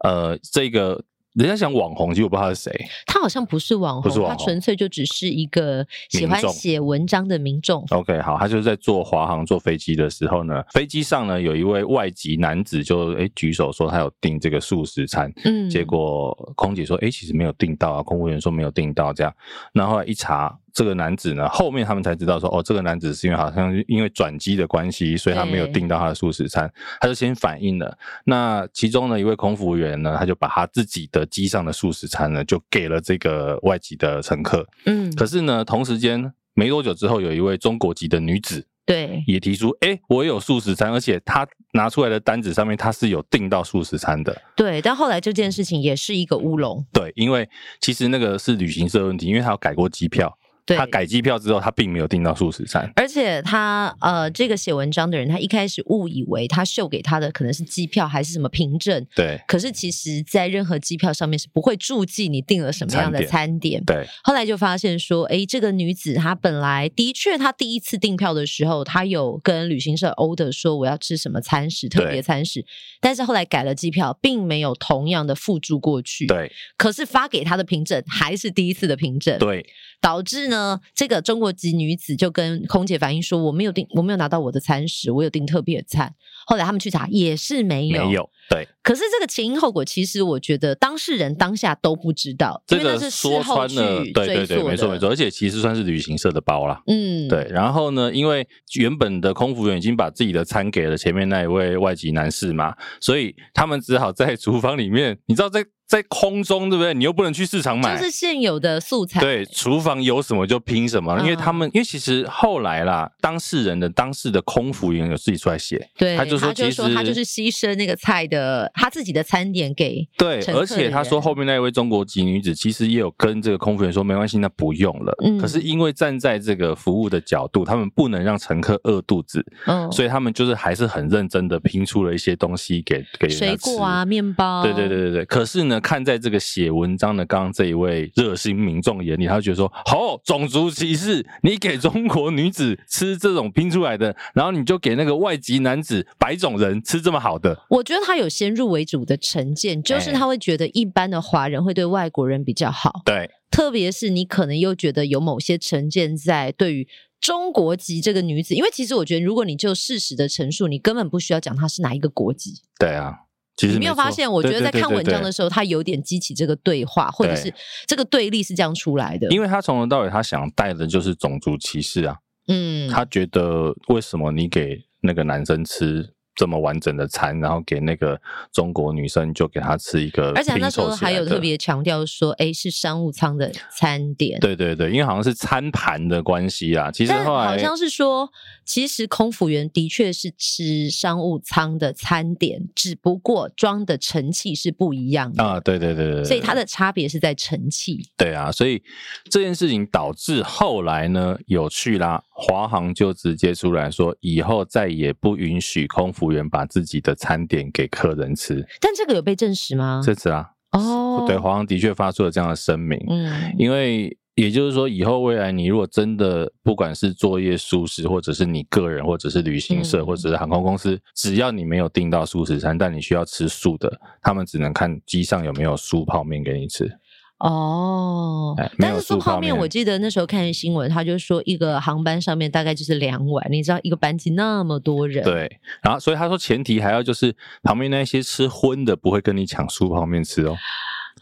A: 呃，这个人家想网红，其实我不知道他是谁。
B: 他好像不是网
A: 不
B: 红，
A: 是网红
B: 他纯粹就只是一个喜欢
A: 民众哦
B: 写文章的民众。
A: OK，好，他就是在坐华航坐飞机的时候呢，飞机上呢有一位外籍男子就诶举手说他有订这个素食餐，
B: 嗯，
A: 结果空姐说诶其实没有订到啊，空服员说没有订到这样，那后来一查这个男子呢，后面他们才知道说哦这个男子是因为好像是因为转机的关系，所以他没有
B: 对
A: 订到他的素食餐，他就先反应了。那其中呢一位空服员呢，他就把他自己的机上的素食餐呢就给了这个外籍的乘客，
B: 嗯，
A: 可是呢，同时间没多久之后，有一位中国籍的女子
B: 对，
A: 也提出，哎、我也有素食餐，而且她拿出来的单子上面她是有订到素食餐的。
B: 对，但后来这件事情也是一个乌龙。
A: 对，因为其实那个是旅行社的问题，因为她有改过机票，
B: 对，
A: 她改机票之后，她并没有订到素食餐。
B: 而且他呃，这个写文章的人，他一开始误以为他秀给他的可能是机票还是什么凭证，
A: 对
B: 可是其实，在任何机票上面是不会注记你订了什么样的餐点。
A: 对
B: 后来就发现说，诶，这个女子她本来的确，她第一次订票的时候，她有跟旅行社 order 说我要吃什么餐食，特别
A: 对
B: 餐食，但是后来改了机票，并没有同样的附注过去。，
A: 对
B: 可是发给她的凭证还是第一次的凭证。
A: 对，
B: 导致呢，这个中国籍女子就跟空姐反映说，我没有订，我没有拿到我的餐食，我有订特别餐。后来他们去查，也是没有。
A: 没。有对
B: 可是这个前因后果，其实我觉得当事人当下都不知道，
A: 这
B: 因为
A: 个
B: 那是事
A: 说
B: 后
A: 穿
B: 去
A: 了，对对
B: 追溯
A: 对，
B: 的
A: 没错没错，。而且其实算是旅行社的包啦。
B: 嗯，
A: 对，，然后呢，因为原本的空服员已经把自己的餐给了前面那一位外籍男士嘛，所以他们只好在厨房里面，你知道在在空中对不对？你又不能去市场买，
B: 就是现有的素材。
A: 对，厨房有什么就拼什么，因
B: 嗯
A: 为他们因为其实后来啦，当事人的当事的空服员有自己出来写，
B: 对，
A: 他就说其
B: 说
A: 实
B: 他就是牺牲那个菜的他自己的餐点给
A: 对，
B: 乘客
A: 而且
B: 的
A: 他说
B: 人
A: 后面那一位中国籍女子其实也有跟这个空服员说没关系，那不用了。
B: 嗯
A: 可是因为站在这个服务的角度，他们不能让乘客饿肚子，
B: 嗯，
A: 所以他们就是还是很认真的拼出了一些东西给给人家
B: 水
A: 吃
B: 果啊、。面包，
A: 对对对对对，可是呢，看在这个写文章的刚刚这一位热心民众眼里，他就觉得说，好、种族歧视，你给中国女子吃这种拼出来的，然后你就给那个外籍男子白种人吃这么好的，
B: 我觉得他有先入为主的成见，就是
A: 哎
B: 他会觉得一般的华人会对外国人比较好，
A: 对
B: 特别是你可能又觉得有某些成见在对于。中国籍这个女子，因为其实我觉得，如果你就事实的陈述，你根本不需要讲她是哪一个国籍。
A: 对啊，其实
B: 你没有
A: 错
B: 发现？我觉得在看文章，
A: 对对对对
B: 的
A: 对
B: 时候，她有点激起这个对话，或者是这个对立是这样出来的。
A: 因为他从头到尾他想带的就是种族歧视啊，
B: 嗯，
A: 他觉得为什么你给那个男生吃这么完整的餐，然后给那个中国女生就给她吃一个拼凑
B: 而
A: 起
B: 且
A: 来的，
B: 那时候还有特别强调说，哎，是商务舱的餐点。
A: 对对对，因为好像是餐盘的关系啦。其实
B: 但
A: 后来
B: 好像是说，其实空服员的确是吃商务舱的餐点，只不过装的盛器是不一样的，
A: 啊，对对对对对，
B: 所以它的差别是在盛器。
A: 对啊，所以这件事情导致后来呢，有趣啦，华航就直接出来说，以后再也不允许空服员把自己的餐点给客人吃，
B: 但这个有被证实吗？
A: 这次啊，
B: 哦，
A: 对，，华航的确发出了这样的声明，
B: 嗯，
A: 因为也就是说，以后未来你如果真的不管是作业舒适，或者是你个人，或者是旅行社，
B: 嗯
A: 或者是航空公司，只要你没有订到素食餐，但你需要吃素的，他们只能看机上有没有素泡面给你吃。
B: 哦
A: 哎，没有
B: 但是
A: 速
B: 说泡
A: 泡面
B: 面，我记得那时候看新闻，他就说一个航班上面大概就是两碗，你知道一个班级那么多人，，
A: 对，然后所以他说前提还要就是旁边那些吃荤的不会跟你抢素泡面吃哦。
B: 啊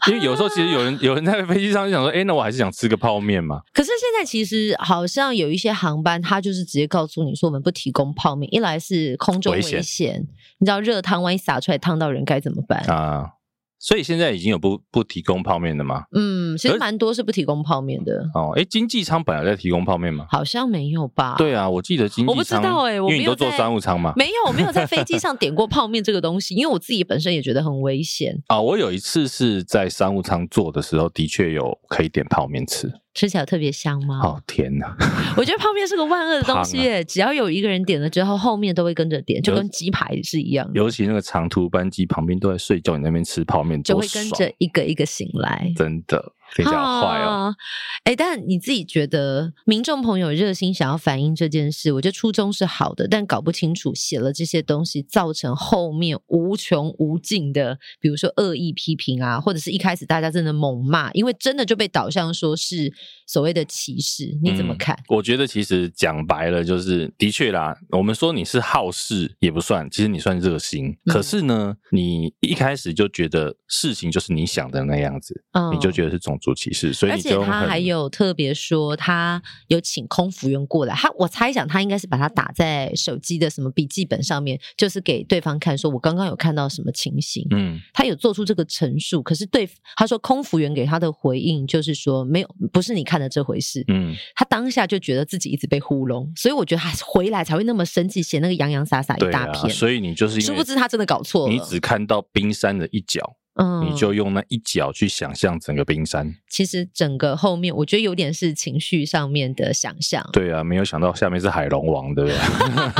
A: 因为有时候其实有人有人在飞机上就想说，哎、那我还是想吃个泡面嘛。
B: 可是现在其实好像有一些航班，它就是直接告诉你说我们不提供泡面，一来是空中危
A: 危
B: 险，
A: 险
B: 你知道热汤万一洒出来烫到人该怎么办？
A: 啊，所以现在已经有不不提供泡面的吗？
B: 嗯，其实
A: 而
B: 蛮多是不提供泡面的，
A: 哦，哎、经济舱本来在提供泡面吗？
B: 好像没有吧？
A: 对啊，我记得经济舱，
B: 我不知道欸我
A: 因为
B: 没
A: 你
B: 有
A: 都坐
B: 在
A: 商务舱嘛。
B: 没有，我没有在飞机上点过泡面这个东西，因为我自己本身也觉得很危险，
A: 啊、我有一次是在商务舱坐的时候，的确有可以点泡面吃，哦
B: 吃起来特别香吗？
A: 好甜呐、
B: 我觉得泡面是个万恶的东西
A: 胖啊
B: 耶，只要有一个人点了之后，后面都会跟着点，就
A: 有
B: 跟鸡排是一样的，
A: 尤其那个长途班机旁边都在睡觉，你那边吃泡面
B: 就
A: 多
B: 会
A: 爽
B: 跟着一个一个醒来。
A: 真的，听起来好坏哦。
B: 啊。哎，但你自己觉得民众朋友热心想要反映这件事，我觉得初衷是好的，但搞不清楚写了这些东西，造成后面无穷无尽的，比如说恶意批评啊，或者是一开始大家真的猛骂，因为真的就被导向说是所谓的歧视，你怎么
A: 嗯
B: 看？
A: 我觉得其实讲白了，就是的确啦，我们说你是好事也不算，其实你算热心。
B: 嗯
A: 可是呢，你一开始就觉得事情就是你想的那样子，
B: 嗯
A: 你就觉得是种族歧视，所以
B: 而
A: 你
B: 且
A: 就
B: 他
A: 很
B: 还有特别说，他有请空服员过来，他我猜想他应该是把它打在手机的什么笔记本上面，就是给对方看，说我刚刚有看到什么情形。
A: 嗯，
B: 他有做出这个陈述，可是对他说空服员给他的回应就是说没有，不是你看的这回事。
A: 嗯，
B: 他当下就觉得自己一直被糊弄，所以我觉得他回来才会那么生气，写那个洋洋洒洒
A: 对
B: 一大
A: 啊，
B: 篇。
A: 所以你就是因为
B: 殊不知他真的搞错了
A: 你只看到冰山的一角，
B: 嗯
A: 你就用那一角去想象整个冰山。
B: 其实整个后面我觉得有点是情绪上面的想象。
A: 对啊，没有想到下面是海龙王，对不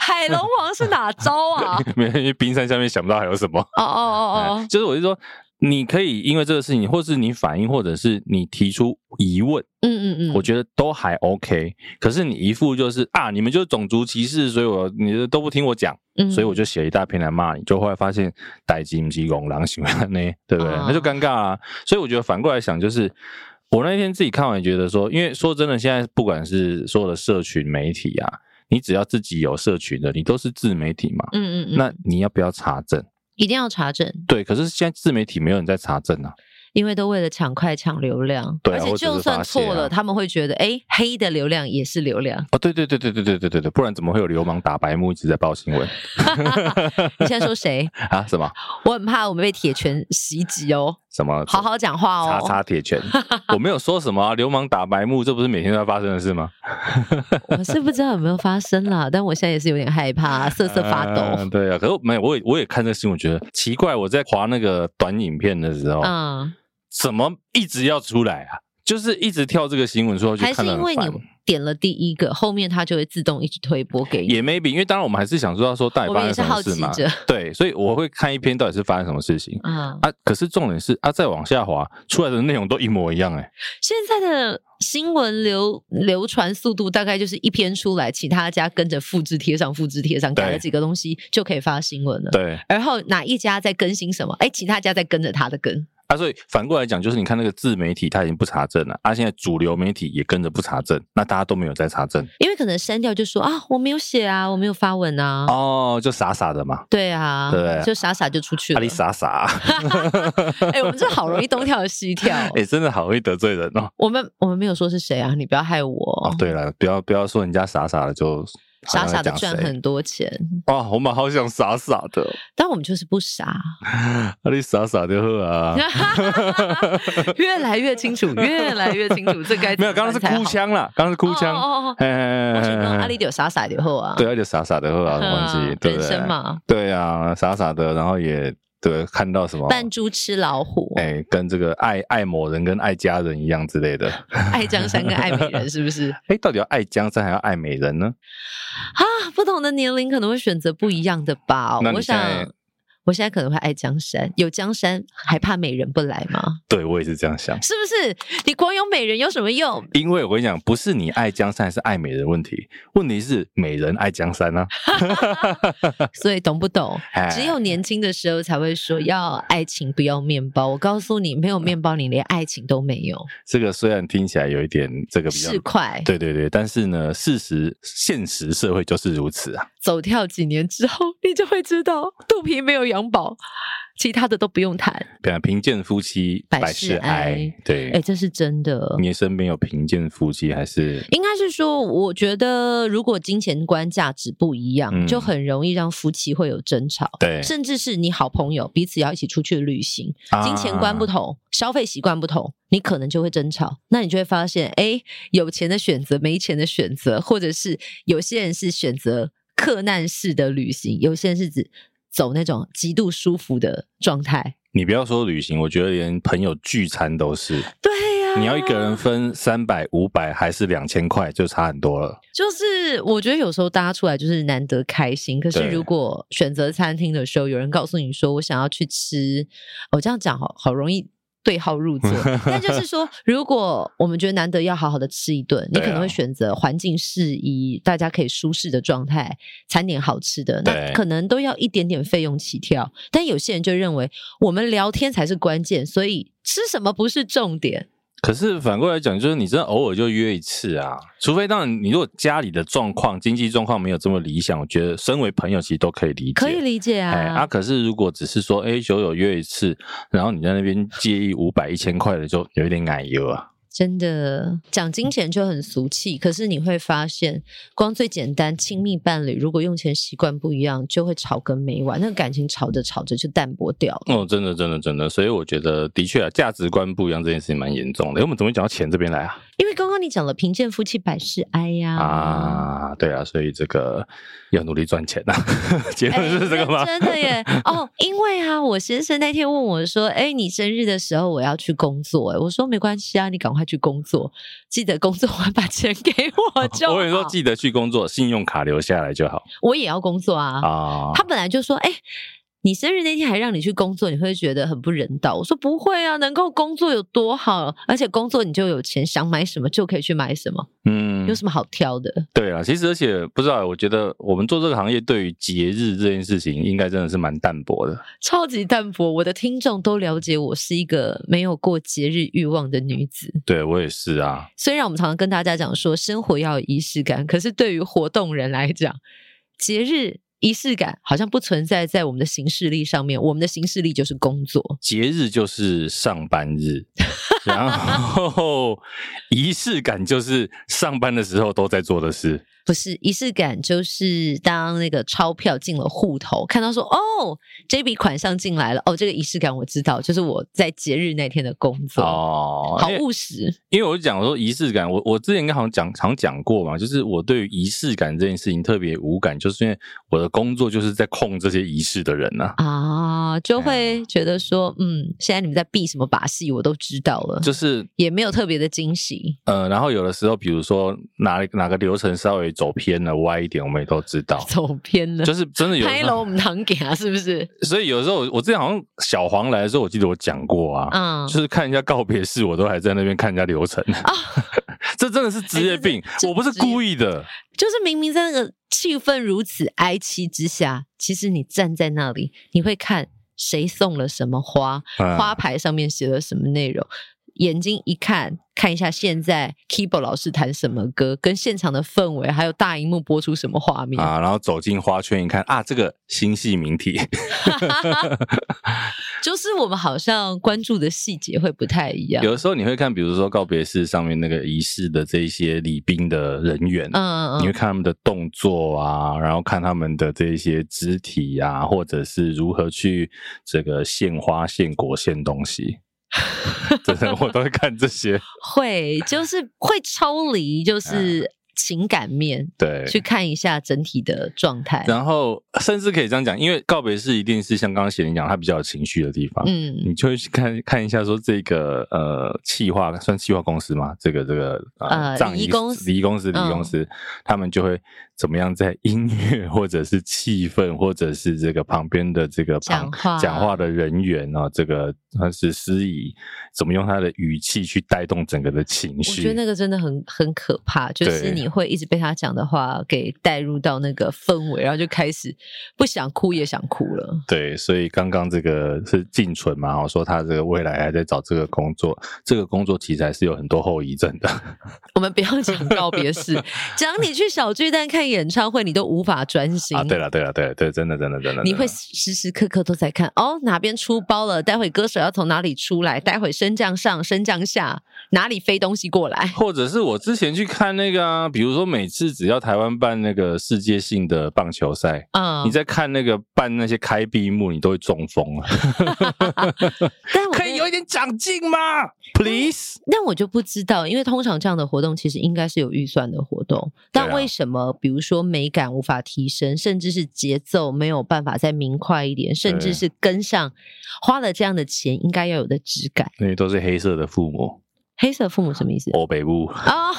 B: 海
A: 嗯
B: 龙王是哪招啊？
A: 对？没有，因为冰山下面想不到还有什么。
B: 哦哦哦
A: 哎 就是我是说，你可以因为这个事情，或是你反应，或者是你提出疑问，
B: 哦，嗯嗯嗯，
A: 我觉得都还 OK。可是你一副就是啊，你们就是种族歧视，所以我你都不听我讲，
B: 嗯
A: 所以我就写一大篇来骂你。就后来发现，逮鸡不鸡公狼喜欢呢，对不对？
B: 啊
A: 那就尴尬啊。所以我觉得反过来想，就是我那天自己看完，觉得说，因为说真的，现在不管是所有的社群媒体啊，你只要自己有社群的，你都是自媒体嘛。
B: 嗯嗯嗯，
A: 那你要不要查证？
B: 一定要查证，
A: 对，可是现在自媒体没有人在查证啊。
B: 因为都为了抢快抢流量，
A: 对啊
B: 而且
A: 我只是
B: 就算
A: 发泄啊
B: 错了，他们会觉得哎，黑的流量也是流量。
A: 哦，对对对对对对对对对，不然怎么会有流氓打白目一直在报新闻
B: 你现在说谁？
A: 啊？什么
B: 我很怕我们被铁拳袭击哦，
A: 什么？
B: 好好讲话
A: 叉
B: 哦。
A: 叉铁拳，我没有说什么啊，流氓打白目，这不是每天都在发生的事吗？
B: 我是不知道有没有发生 啦，但我现在也是有点害怕，瑟瑟发
A: 嗯
B: 抖。
A: 对啊，可是没有，我也我也看这个新闻，觉得奇怪。我在划那个短影片的时候，
B: 嗯，
A: 怎么一直要出来啊？就是一直跳这个新闻出来，就
B: 还是
A: 看得
B: 因为
A: 很
B: 你
A: 烦。
B: 点了第一个，后面它就会自动一直推播给你。
A: 也 maybe，因为当然我们还是想知道说到底
B: 我
A: 发
B: 们也
A: 生
B: 是
A: 什
B: 好
A: 么
B: 奇
A: 事嘛。
B: 者，
A: 对，所以我会看一篇到底是发生什么事情
B: 嗯，
A: 啊。可是重点是啊，再往下滑出来的内容都一模一样哎、
B: 现在的新闻流流传速度大概就是一篇出来，其他家跟着复制贴上，复制贴上，
A: 对
B: 改了几个东西就可以发新闻了。
A: 对，
B: 然后哪一家在更新什么？哎，其他家在跟着他的跟。
A: 啊，所以反过来讲，就是你看那个自媒体，它已经不查证了，啊，现在主流媒体也跟着不查证，那大家都没有在查证，
B: 因为可能删掉就说啊，我没有写啊，我没有发文啊，
A: 哦，就傻傻的嘛，
B: 对啊，
A: 对
B: 就傻傻就出去
A: 啊，
B: 了
A: 你。傻傻啊，
B: 哎、我们这好容易东跳西跳哦、
A: 哎、真的好会得罪人哦。
B: 我们我们没有说是谁啊，你不要害我哦。
A: 哦，对了，不要不要说人家傻傻的就好
B: 傻傻的
A: 像在
B: 赚
A: 讲谁
B: 很多钱，
A: 哇，我们好想傻傻的，哦
B: 但我们就是不傻，
A: 啊，你傻傻的喝 啊。
B: 越来越清楚，越来越清楚，这该
A: 没有，刚刚是哭
B: 腔，
A: 腔啦，刚刚是哭
B: 哦
A: 腔，
B: 哦哦哦
A: 哎哎
B: 我想
A: 哎
B: 讲
A: 哎
B: 啊，你就傻傻的好啊，
A: 对，而且傻傻的喝啊，
B: 嗯
A: 什么
B: 啊，
A: 东西，对不
B: 人
A: 对
B: 生？嘛，
A: 对啊，傻傻的，然后也对，看到什么
B: 扮猪吃老虎，
A: 哎、跟这个爱爱某人跟爱家人一样之类的。
B: 爱江山跟爱美人是不是？
A: 哎、到底要爱江山还要爱美人呢？
B: 啊，不同的年龄可能会选择不一样的吧。
A: 那你
B: 我
A: 现在
B: 想，我现在可能会爱江山，有江山还怕美人不来吗？
A: 对我也是这样想，
B: 是不是？你光有美人有什么用？
A: 因为我跟你讲，不是你爱江山还是爱美人问题，问题是美人爱江山啊。
B: 所以懂不懂？
A: 哎
B: 只有年轻的时候才会说要爱情不要面包。我告诉你，没有面包，你连爱情都没有。
A: 这个虽然听起来有一点这个比较
B: 市，侩
A: 对对对，但是呢，事实现实社会就是如此啊。
B: 走跳几年之后，你就会知道，肚皮没有羊宝，其他的都不用谈。
A: 比方贫贱夫妻
B: 百
A: 百
B: 事
A: 事哀
B: 哀，
A: 对，
B: 哎，这是真的。
A: 你身边有贫贱夫妻还是？
B: 应该是说，我觉得如果金钱观、价值不一样，
A: 嗯
B: 就很容易让夫妻会有争吵。
A: 对
B: 甚至是你好朋友彼此要一起出去旅行，金钱观不
A: 同，
B: 同，消费习惯不同，你可能就会争吵。那你就会发现，哎，有钱的选择，没钱的选择，或者是有些人是选择克难式的旅行，有些人是指走那种极度舒服的状态。
A: 你不要说旅行，我觉得连朋友聚餐都是。
B: 对呀、
A: 你要一个人分三百、五百还是两千块，就差很多了。
B: 就是我觉得有时候大家出来就是难得开心，可是
A: 对
B: 如果哦选择餐厅的时候，有人告诉你说我想要去吃，我、这样讲好好容易对号入 座。但就是说，如果我们觉得难得要好好的吃一顿，你
A: 对啊
B: 可能会选择环境适宜、大家可以舒适的状态，餐点好吃的，
A: 对
B: 那可能都要一点点费用起跳。但有些人就认为我们聊天才是关键，所以吃什么不是重点。
A: 可是反过来讲，就是你真的偶尔就约一次啊，除非当然你如果家里的状况、经济状况没有这么理想，我觉得身为朋友其实都可以理解，
B: 可以理解啊，
A: 哎啊，可是如果只是说，哎，酒友约一次，然后你在那边介意五百一千块的，就有一点奶油啊。
B: 真的讲金钱就很俗气，可是你会发现，光最简单亲密伴侣，如果用钱习惯不一样，就会吵个没完，那个感情吵着吵着就淡薄掉了。
A: 哦，真的，真的，真的，所以我觉得的确啊，价值观不一样这件事情蛮严重的。诶我们怎么会讲到钱这边来啊？
B: 因为刚刚你讲了贫贱夫妻百事哀呀、
A: 啊， 对啊，所以这个要努力赚钱啊。 结
B: 哎
A: 论是这个吗？
B: 真的耶！哦，因为啊，我先生那天问我说：“哎、你生日的时候我要去工作。”哎，我说没关系啊，你赶快去工作，记得工作完把钱给我就好。
A: 哦我跟你说，记得去工作，信用卡留下来就好
B: 我也要工作啊。
A: 啊。
B: 他本来就说：“哎、你生日那天还让你去工作，你会觉得很不人道。”我说：“不会啊，能够工作有多好，而且工作你就有钱，想买什么就可以去买什么，
A: 嗯
B: 有，什么好挑的
A: 对啊，其实而且不知道，我觉得我们做这个行业，对于节日这件事情，应该真的是蛮淡薄的。？”
B: 超级淡薄。我的听众都了解我是一个没有过节日欲望的女子。
A: 对我也是啊，
B: 虽然我们常常跟大家讲说生活要有仪式感，可是对于活动人来讲，节日。仪式感好像不存在在我们的行事历上面，我们的行事历就是工作。
A: 节日就是上班 日，然后仪式感就是上班的时候都在做的 事。
B: 不是仪式感，就是当那个钞票进了户头，看到说哦，这笔款项进来了，哦，这个仪式感我知道，就是我在节日那天的工作，
A: 哦
B: 好
A: 因为
B: 务实。
A: 因为我就讲说仪式感，我我之前跟好像讲常讲过嘛，就是我对于仪式感这件事情特别无感，就是因为我的工作就是在控这些仪式的人呐、
B: 啊，就会觉得说，嗯，现在你们在避什么把戏，我都知道了，
A: 就是
B: 也没有特别的惊喜。，
A: 呃，然后有的时候，比如说哪哪个流程稍微走偏了、歪一点，我们也都知道
B: 走偏了，
A: 哦就是真的有的
B: 拍
A: 时候
B: 楼我们堂给啊，是不是？
A: 所以有的时候我，我之前好像小黄来的时候，我记得我讲过 啊，
B: 嗯，
A: 就是看人家告别式，我都还在那边看人家流程啊， 这真的是职业病，
B: 哦哎这这
A: 我不是故意的。
B: 就是明明在那个气氛如此哀戚之下，其实你站在那里，你会看谁送了什么花，
A: 嗯
B: 花牌上面写了什么内容，眼睛一看，看一下现在 keyboard 老师弹什么歌，跟现场的氛围，还有大荧幕播出什么画面。
A: 啊，然后走进花圈一看啊，这个星系名体，
B: 就是我们好像关注的细节会不太一样。
A: 有的时候你会看，比如说告别式上面那个仪式的这一些礼宾的人员，
B: 嗯
A: 你会
B: 嗯
A: 看他们的动作啊，然后看他们的这一些肢体啊，或者是如何去这个献花、献果、献东西。真的，我都会看这些。
B: 会就是会抽离，就是情感面、
A: 啊对，
B: 去看一下整体的状态。
A: 然后甚至可以这样讲，因为告别式一定是像刚刚贤玲讲，它比较有情绪的地方。
B: 嗯，
A: 你就会去看看一下，说这个呃，企划算企划公司吗？这个这个
B: 呃
A: 葬
B: 礼仪
A: 仪
B: 公司
A: 礼仪公司，礼仪
B: 嗯
A: 公司，他们就会怎么样在音乐或者是气氛，或者是这个旁边的这个旁
B: 讲话
A: 讲话的人员啊，这个他是司仪，怎么用他的语气去带动整个的情
B: 我
A: 绪？
B: 觉得那个真的很很可怕，就
A: 对
B: 是你会一直被他讲的话给带入到那个氛围，然后就开始不想哭也想哭了。
A: 对，所以刚刚这个是静纯嘛，我说他这个未来还在找这个工作，这个工作其实还是有很多后遗症的。
B: 我们不要 讲告别式，讲你去小巨蛋看演唱会，你都无法专心。
A: 啊，对了，对了，对了，对，真的，真的，真的，
B: 你会
A: 真的
B: 时时刻刻都在看哦，哪边出包了？待会歌手要从哪里出来？待会升降上、升降下，哪里飞东西过 来？
A: 或者是我之前去看那个啊，比如说每次只要台湾办那个世界性的棒球赛，
B: 嗯
A: 哦你，在看那个办那些开闭幕，你都会中风 啊。
B: 但我
A: 可以有一点长进吗？Please，嗯
B: 那我就不知道，因为通常这样的活动其实应该是有预算的活动，但
A: 对啊
B: 为什么、比如说美感无法提升，甚至是节奏没有办法再明快一点，甚
A: 对
B: 至是跟上花了这样的钱应该要有的质感？
A: 因为都是黑色的父母。
B: 黑色父母什么意思？
A: 欧北部，
B: 哦，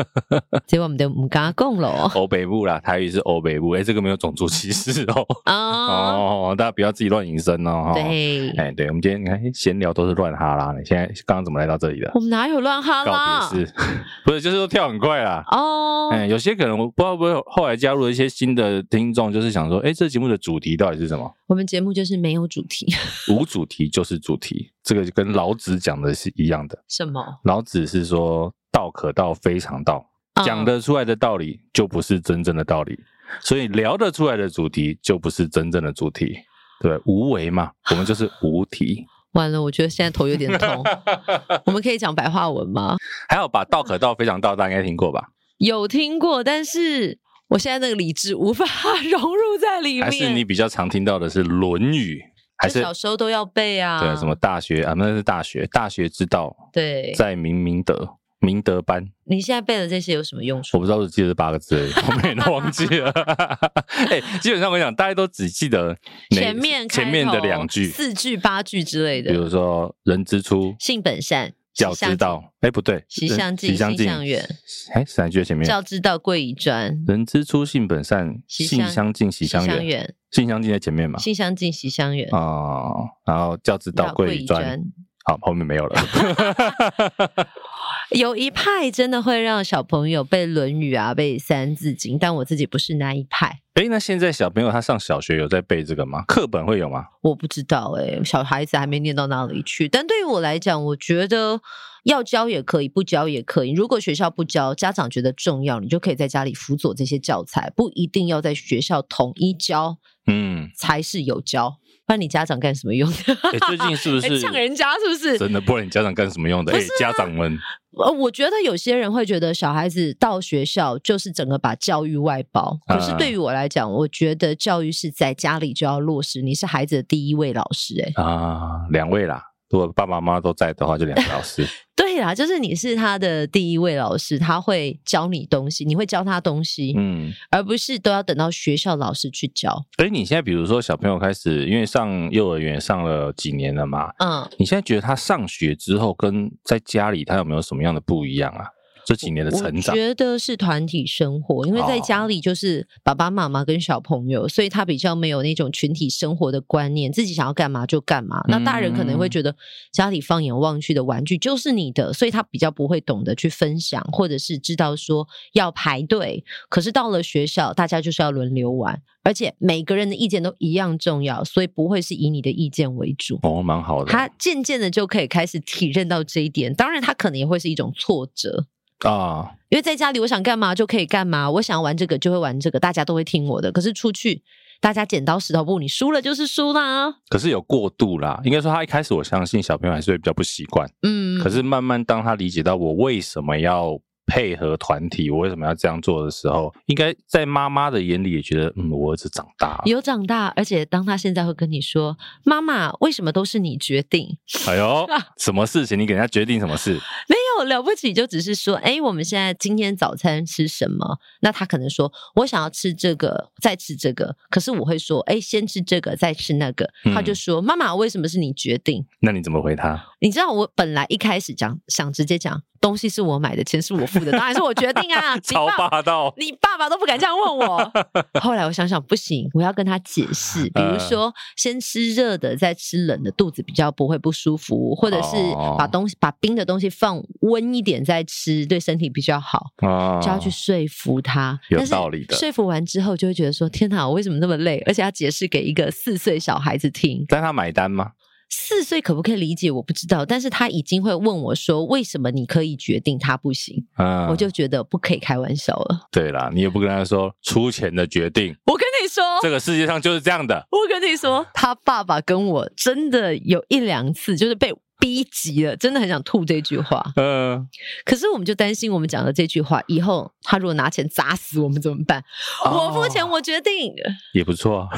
B: 结果我们就唔敢讲了哦。
A: 欧北部啦，台语是欧北部，哎、这个没有种族歧视 哦。
B: 哦，
A: 哦，大家不要自己乱引申哦。哈，
B: 对，
A: 哎，对，我们今天你看闲聊都是乱哈拉，你现在刚刚怎么来到这里的？
B: 我们哪有乱哈
A: 告
B: 啦？
A: 别式， 不是，就是说跳很快啦。
B: 哦，
A: 哎，有些可能我不知道会不会后来加入了一些新的听众，就是想说，哎，这节目的主题到底是什么？
B: 我们节目就是没有主题，
A: 无主题就是主题，这个就跟老子讲的是一样的。
B: 什么
A: 老子是说“道可道，非常道”， 讲
B: 嗯
A: 得出来的道理就不是真正的道理，所以聊得出来的主题就不是真正的主题。对，无为嘛，我们就是无题。
B: 完了，我觉得现在头有点 痛。我们可以讲白话文吗？
A: 还有把“道可道，非常道”，大家应该听过吧？
B: 有听过，但是我现在那个理智无法 融入在里面。
A: 还是你比较常听到的是《论语》，还
B: 就是小时候都要背啊？
A: 对什么？大学啊？那是大学，大学之道
B: 对，
A: 在明明德，明德班。
B: 你现在背的这些有什么用处？
A: 我不知道是记得这八个字 而已，我们也都忘记了。 哎、基本上我讲，大家都只记得哪
B: 前面开
A: 前面的
B: 头
A: 两句，
B: 四句、八句之类
A: 比如
B: 的。
A: 说“人之初，
B: 性本善，
A: 教
B: 习相
A: 之道”。哎、不对，
B: 习
A: 人
B: 相近
A: 习相
B: 习
A: 近，
B: 相远。
A: 哎，是哪一句在前面？
B: 教之道，贵以专。
A: 人之初，性本善，
B: 习
A: 性
B: 相
A: 相近，习
B: 习
A: 相
B: 相
A: 远。
B: 远，
A: 性相近在前面嘛？
B: 性相近，习相远。
A: 哦，然后教之啊道，贵以专。好，后面没 有了。
B: 有一派真的会让小朋友背《论语》啊，背《三字经》，但我自己不是那一派，
A: 哎、那现在小朋友他上小学有在背这个吗？课本会有吗？
B: 我不知道哎、小孩子还没念到那里去。但对于我来讲，我觉得要教也可以，不教也可以。如果学校不教，家长觉得重要，你就可以在家里辅佐这些教材，不一定要在学校统一教
A: 嗯，
B: 才是有教。不然你家长干什么用？
A: 哎、最近是不是
B: 哎呛人家是不是
A: 真的，不然你家长干什么用的？哎、
B: 不是啊
A: 家长们，
B: 呃，我觉得有些人会觉得小孩子到学校就是整个把教育外包，可是
A: 啊
B: 对于我来讲，我觉得教育是在家里就要落实，你是孩子的第一位老师、哎，
A: 啊，两位啦。如果爸爸妈妈都在的话，就两个老 师。
B: 对啦，就是你是他的第一位老师，他会教你东西，你会教他东西，
A: 嗯，
B: 而不是都要等到学校老师去教。
A: 所以你现在比如说小朋友开始，因为上幼儿园上了几年了嘛，
B: 嗯，
A: 你现在觉得他上学之后跟在家里他有没有什么样的不一样啊？这几年的成
B: 我
A: 长，
B: 觉得是团体生活，因为在
A: 哦
B: 家里就是爸爸妈妈跟小朋友，所以他比较没有那种群体生活的观念，自己想要干嘛就干嘛。那大人可能会
A: 嗯
B: 觉得家里放眼望去的玩具就是你的，所以他比较不会懂得去分享，或者是知道说要排队。可是到了学校，大家就是要轮流玩，而且每个人的意见都一样重要，所以不会是以你的意见为主。
A: 哦，蛮好的。
B: 他渐渐的就可以开始体认到这一点，当然他可能也会是一种挫折，
A: 啊，
B: 因为在家里我想干嘛就可以干嘛，我想玩这个就会玩这个，大家都会听我的。可是出去，大家剪刀石头布，你输了就是输啦。啊
A: 可是有过度啦。应该说他一开始我相信小朋友还是会比较不习惯，
B: 嗯，
A: 可是慢慢当他理解到我为什么要。配合团体，我为什么要这样做的时候，应该在妈妈的眼里也觉得，嗯，我儿子长大了。
B: 有长大，而且当他现在会跟你说：“妈妈，为什么都是你决定
A: 哎呦，什么事情你给人家决定什么事？”
B: 没有了不起，就只是说：“哎，我们现在今天早餐吃什么？”那他可能说：“我想要吃这个，再吃这个。”可是我会说：“哎，先吃这个，再吃那个。”他就
A: 嗯
B: 说：“妈妈，为什么是你决定？”
A: 那你怎么回他？
B: 你知道我本来一开始讲想直接讲东西是我买的，钱是我付的，当然是我决 定啊。你
A: 超
B: 爸，
A: 霸道！
B: 你爸爸都不敢这样问我。后来我想想不行，我要跟他解释，比
A: 嗯
B: 如说先吃热的，再吃冷的，肚子比较不会不舒服，或者是
A: 哦
B: 把东西把冰的东西放温一点再吃，对身体比较好。
A: 啊
B: 就要去说服他，
A: 有
B: 但是
A: 道理的
B: 说服完之后，就会觉得说：“天哪，我为什么那么累？”而且要解释给一个四岁小孩子听。
A: 但他买单吗？
B: 四岁可不可以理解我不知道，但是他已经会问我说为什么你可以决定他不行，
A: 嗯，
B: 我就觉得不可以开玩笑了。
A: 对啦，你也不跟他说出钱的决定，
B: 我跟你说，
A: 这个世界上就是这样的。
B: 我跟你说，他爸爸跟我真的有一两次就是被逼急了，真的很想吐这句话。
A: 嗯，
B: 可是我们就担心我们讲的这句话以后，他如果拿钱砸死我们怎么办？
A: 哦
B: 我付钱，我决定。
A: 也不错 啊，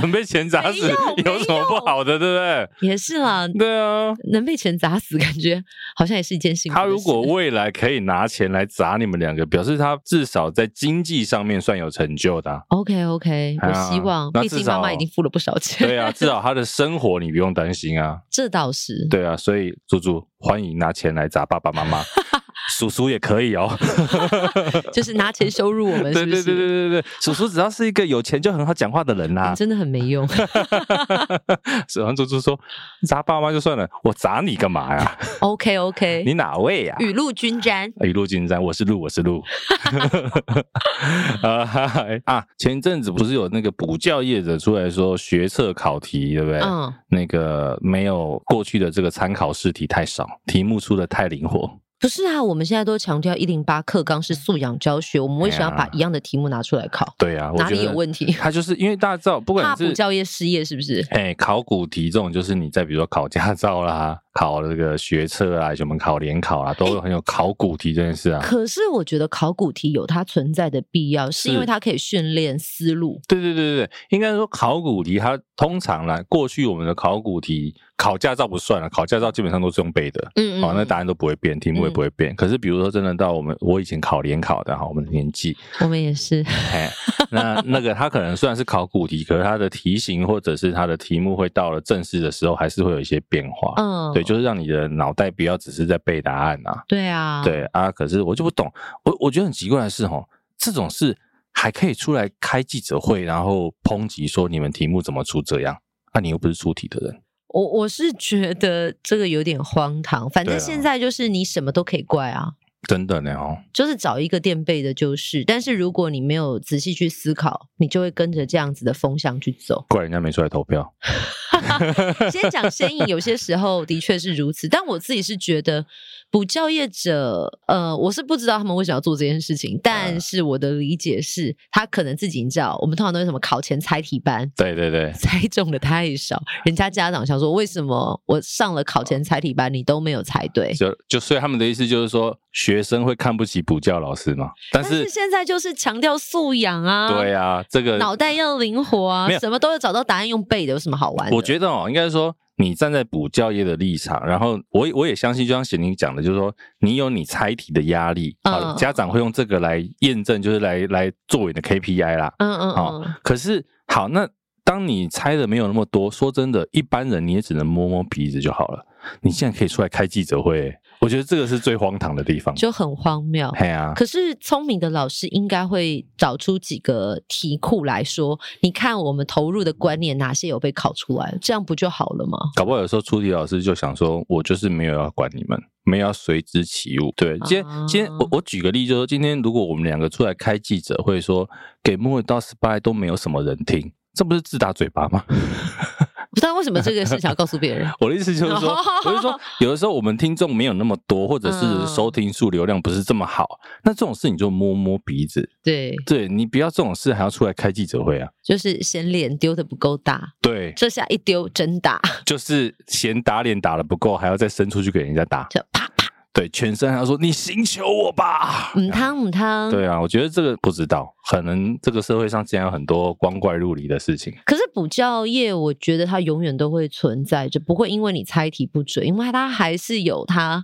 A: 能被钱砸死
B: 没有
A: 有什么不好的，对不对？
B: 也是啦，
A: 对啊，
B: 能被钱砸死，感觉好像也是一件幸福的
A: 他
B: 事。
A: 如果未来可以拿钱来砸你们两个，表示他至少在经济上面算有成就的啊、
B: OK OK，
A: 哎
B: 我
A: 呀
B: 希望，
A: 那
B: 毕
A: 至
B: 竟妈妈
A: 少
B: 已经付了不少钱。
A: 对啊，至少他的生活你不用担心啊。
B: 这倒是，是，
A: 对啊，所以猪猪欢迎拿钱来砸爸爸妈 妈，叔叔也可以哦。
B: 就是拿钱羞辱我们，
A: 对
B: 是不
A: 对
B: 是？
A: 对对对对，叔叔只要是一个有钱就很好讲话的人 呐、
B: 真的很没 用。嗯
A: 然后猪猪说砸爸妈就算了，我砸你干嘛 呀？
B: 哎 OK OK，
A: 你哪位呀、
B: 雨露均沾。
A: 一路进山，我是鹿，我是 鹿。 啊哈哈啊！前阵子不是有那个补教业者出来说学测考题，对不对？
B: 嗯，
A: 那个没有过去的这个参考试题太少，题目出的太灵活。
B: 不是啊，我们现在都强调一零八课纲是素养教学，我们为什么要
A: 哎呀
B: 把一样的题目拿出来考？
A: 对啊，我
B: 哪
A: 觉
B: 里有
A: 得
B: 问题？
A: 他就是因为大家知道， 不
B: 怕
A: 管
B: 补
A: 是
B: 教业失业是不是？
A: 哎、考古题这种，就是你在比如说考驾照啦、考这个学测啊、什么考联考啊，都会很有考古题这件事啊。
B: 可是我觉得考古题有它存在的必要，是因为
A: 是
B: 它可以训练思路。
A: 对对对对对，应该说考古题它通常啦，过去我们的考古题考驾照不算了，考驾照基本上都是用背的，
B: 嗯嗯，
A: 哦，那
B: 嗯
A: 答案都不会变，题目也
B: 嗯
A: 不会变。可是比如说真的到我们我以前考联考的哈，我们的年纪，
B: 我们也是。
A: 哎，那那个它可能虽然是考古题，可是它的题型或者是它的题目会到了正式的时候还是会有一些变化。
B: 嗯，
A: 对，就是让你的脑袋不要只是在背答案啊。
B: 对啊，
A: 对啊，可是我就不懂，我我觉得很奇怪的是，哈，这种事还可以出来开记者会，然后抨击说你们题目怎么出这样？那、你又不是出题的人，
B: 我我是觉得这个有点荒唐。反正
A: 对啊
B: 现在就是你什么都可以怪啊，
A: 真的呢哦。。
B: 就是找一个垫背的，就是。但是如果你没有仔细去思考，你就会跟着这样子的风向去走
A: 怪人家没出来投票，
B: 先讲先引，有些时候的确是如此，但我自己是觉得。补教业者，呃，我是不知道他们为什么要做这件事情，
A: 嗯
B: 但是我的理解是，他可能自己你知道，我们通常都是什么考前猜题班，
A: 对对对，
B: 猜中的太少，人家家长想说，为什么我上了考
A: 哦
B: 前猜题班，你都没有猜对？
A: 就就所以他们的意思就是说，学生会看不起补教老师嘛？但
B: 但
A: 是
B: 是现在就是强调素养啊，
A: 对啊，这个
B: 脑袋要灵活啊
A: 没，有
B: 什么都要找到答案用背的，有什么好玩的？
A: 我觉得哦，应该说你站在补教业的立场，然后我也我也相信，就像贤玲讲的，就是说你有你猜题的压力，
B: 嗯
A: 好了，家长会用这个来验证，就是来来作为你的 KPI 啦。
B: 嗯，嗯嗯
A: 好可是好，那当你猜的没有那么多，说真的，一般人你也只能摸摸鼻子就好了。你现在可以出来开记者会，我觉得这个是最荒唐的地方。
B: 就很荒谬。
A: 嘿啊，
B: 可是聪明的老师应该会找出几个题库来说，你看我们投入的观念哪些有被考出来，这样不就好了吗？
A: 搞不好有时候出题老师就想说，我就是没有要管你们，没有要随之起舞。对，今天、今天我我举个例，就是说今天如果我们两个出来开记者会说，给末尾到失败都没有什么人听，这不是自打嘴巴吗？。
B: 不知道为什么这个事情要告诉别人
A: 我的意思就是说，我是说，有的时候我们听众没有那么多，或者
B: 嗯
A: 是收听数流量不是这么好，那这种事你就摸摸鼻子，
B: 对，
A: 对你不要这种事还要出来开记者会啊。
B: 就是嫌脸丢的不够大，
A: 对，
B: 这下一丢真大，
A: 就是嫌打脸打的不够，还要再伸出去给人家打，
B: 就啪。
A: 对，全身还要说你行求我吧，
B: 母汤母汤。
A: 对啊，我觉得这个不知道，可能这个社会上竟然有很多光怪陆离的事情。
B: 可是补教业，我觉得它永远都会存在着，不会因为你猜题不准，因为它还是有它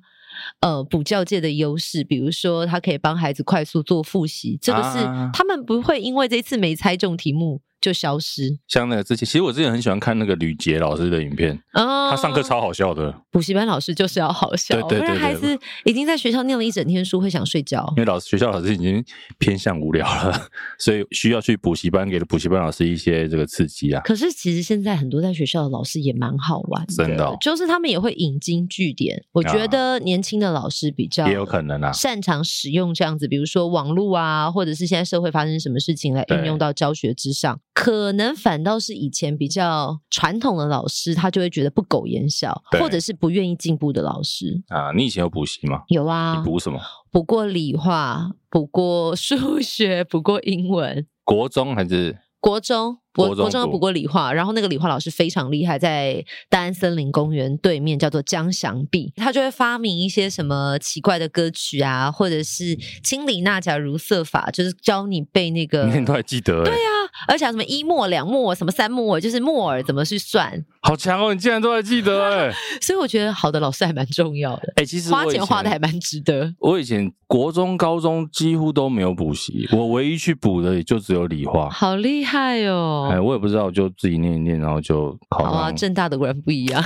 B: 呃补教界的优势，比如说它可以帮孩子快速做复习，这个是、
A: 啊
B: 他们不会因为这次没猜中题目就消失。
A: 像那个之前，其实我之前很喜欢看那个吕杰老师的影片，
B: 哦，
A: 他上课超好笑的，
B: 补习班老师就是要好笑，
A: 对对对
B: 不然
A: 对
B: 孩子已经在学校念了一整天书，会想睡觉
A: 因。为老师学校老师已经偏向无聊了， 所以需要去补习班，给补习班老师一些这个刺激啊。
B: 可是其实现在很多在学校的老师也蛮好玩的，
A: 真的哦
B: 就是他们也会引经据典。我觉
A: 啊
B: 得年轻的老师比较
A: 也有可能啊，
B: 擅长使用这样子，比如说网络啊，或者是现在社会发生什么事情来
A: 对
B: 运用到教学之上，可能反倒是以前比较传统的老师，他就会觉得不苟言笑，
A: 对
B: 或者是不愿意进步的老师。
A: 啊，你以前有补习吗？
B: 有
A: 你
B: 啊，
A: 补什么？
B: 补过理化，补过数学，补过英文。
A: 国中还是
B: 国中，我
A: 国中
B: 国中有
A: 部
B: 补过理化，然后那个理化老师非常厉害，在大安森林公园对面叫做江祥碧，他就会发明一些什么奇怪的歌曲啊，或者是清理纳甲如瑟法，就是教你背那个
A: 你，看都还记得、欸？
B: 啊
A: 对呀、
B: 而且还有什么一默、两默、什么三默，就是默耳怎么去算。
A: 好强哦！你竟然都还记得哎、 欸！
B: 所以我觉得好的老师还蛮重要的，
A: 哎、其实我
B: 花
A: 以
B: 钱
A: 前
B: 花的还蛮值 得。
A: 我以前国中、高中几乎都没有补习，我唯一去补的也就只有理化。
B: 好厉害
A: 哎，
B: 哦！
A: 我也不知道，我就自己念一念，然后就考
B: 好啊，
A: 上。
B: 正大的果然不一样。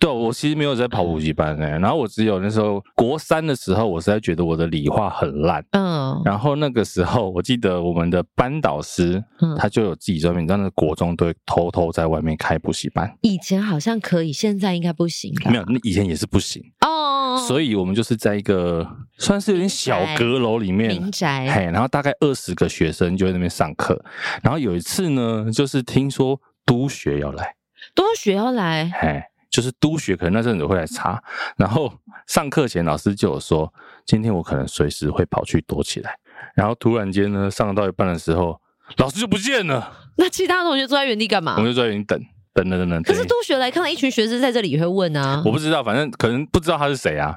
A: 对对，我其实没有在跑补习班哎、然后我只有那时候国三的时候，我实在觉得我的理化很烂。
B: 嗯
A: 然后那个时候，我记得我们的班导师
B: 嗯，
A: 他就有自己专门，你知道，那个国中都会偷偷在外面开补习班，
B: 以前好像可以，现在应该不行吧
A: 没有，那以前也是不行，
B: 嗯哦，
A: 所以我们就是在一个算是有点小阁楼里面，
B: 民宅
A: 嘿，然后大概二十个学生就在那边上课，然后有一次呢，就是听说督学要来，
B: 多学要来，
A: 嘿，就是督学可能那阵子会来查，然后上课前老师就有说，今天我可能随时会跑去躲起来，然后突然间呢，上到一半的时候，老师就不见了，
B: 那其他同学坐在原地干嘛
A: 我？们就在那里等，等等等等，
B: 啊可
A: 等
B: 是多学来看到一群学生在这里也会问啊
A: 我，不知道，反正可能不知道他是谁啊，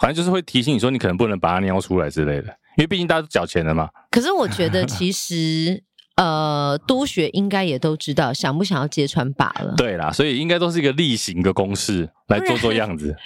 A: 反正就是会提醒你说你可能不能把他尿出来之类的，因为毕竟大家都缴钱了嘛。
B: 可是我觉 得其实。呃，督学应该也都知道，想不想要揭穿罢了。
A: 对啦，所以应该都是一个例行的公式来做做样子。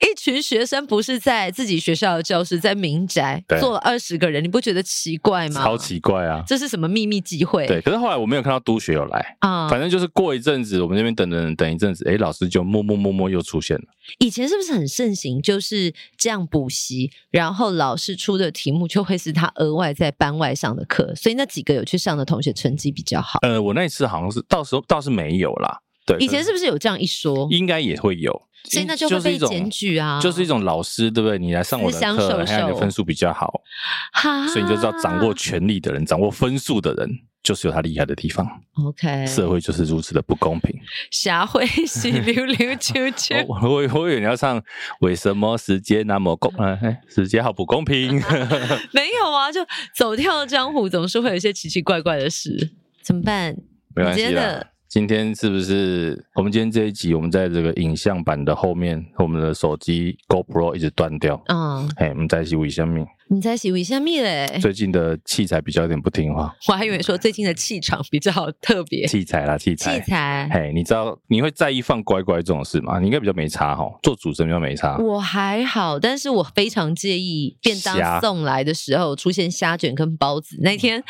B: 一群学生不是在自己学校的教室，在民宅
A: 对
B: 坐了二十个人，你不觉得奇怪吗？
A: 超，奇怪啊。
B: 这是什么秘密集会？
A: 对，可是后来我没有看到督学有来，
B: 啊、
A: 反正就是过一阵子，我们那边等等等一阵子，哎，老师就默默默默又出现了。
B: 以前是不是很盛行，就是这样补习，然后老师出的题目就会是他额外在班外上的课，所以那几个有去上的同学成绩比较好。
A: 呃，我那一次好像是到时候倒是没有啦，对，
B: 以前是不是有这样一说？
A: 应该也会有，
B: 所以那就
A: 就
B: 会
A: 是
B: 被
A: 一种
B: 检举啊，
A: 就是一种老师对不对？你来上我的
B: 私相授
A: 课，还有你的
B: 受啊
A: 分数比较好，
B: 哈，
A: 所以你就知道掌握权力的人、掌握分数的人，就是有他厉害的地方。
B: OK
A: 社会就是如此的不公 平。
B: 霞会 喜溜溜啾啾。
A: 我 我我以为你要唱为什么世界那么公，呃哎，世界好不公平。
B: 没有啊，就走跳江湖总是会有一些奇奇怪怪的事，怎么办？
A: 没关系
B: 你觉
A: 啦
B: 得。
A: 今天是不是我们今天这一集，我们在这个影像版的后面，我们的手机 GoPro 一直断掉。
B: 嗯，
A: 哎，我们在一起为什么？
B: 你在洗为虾米嘞？
A: 最近的器材比较有点不听话，
B: 我还以为说最近的气场比较特别，
A: 器材啦，器材。
B: 器材。
A: 嘿，你知道你会在意放乖乖这种事吗？你应该比较没差哈，做主持人比较没差。
B: 我还好，但是我非常介意便
A: 虾
B: 当送来的时候出现虾卷跟包子。那天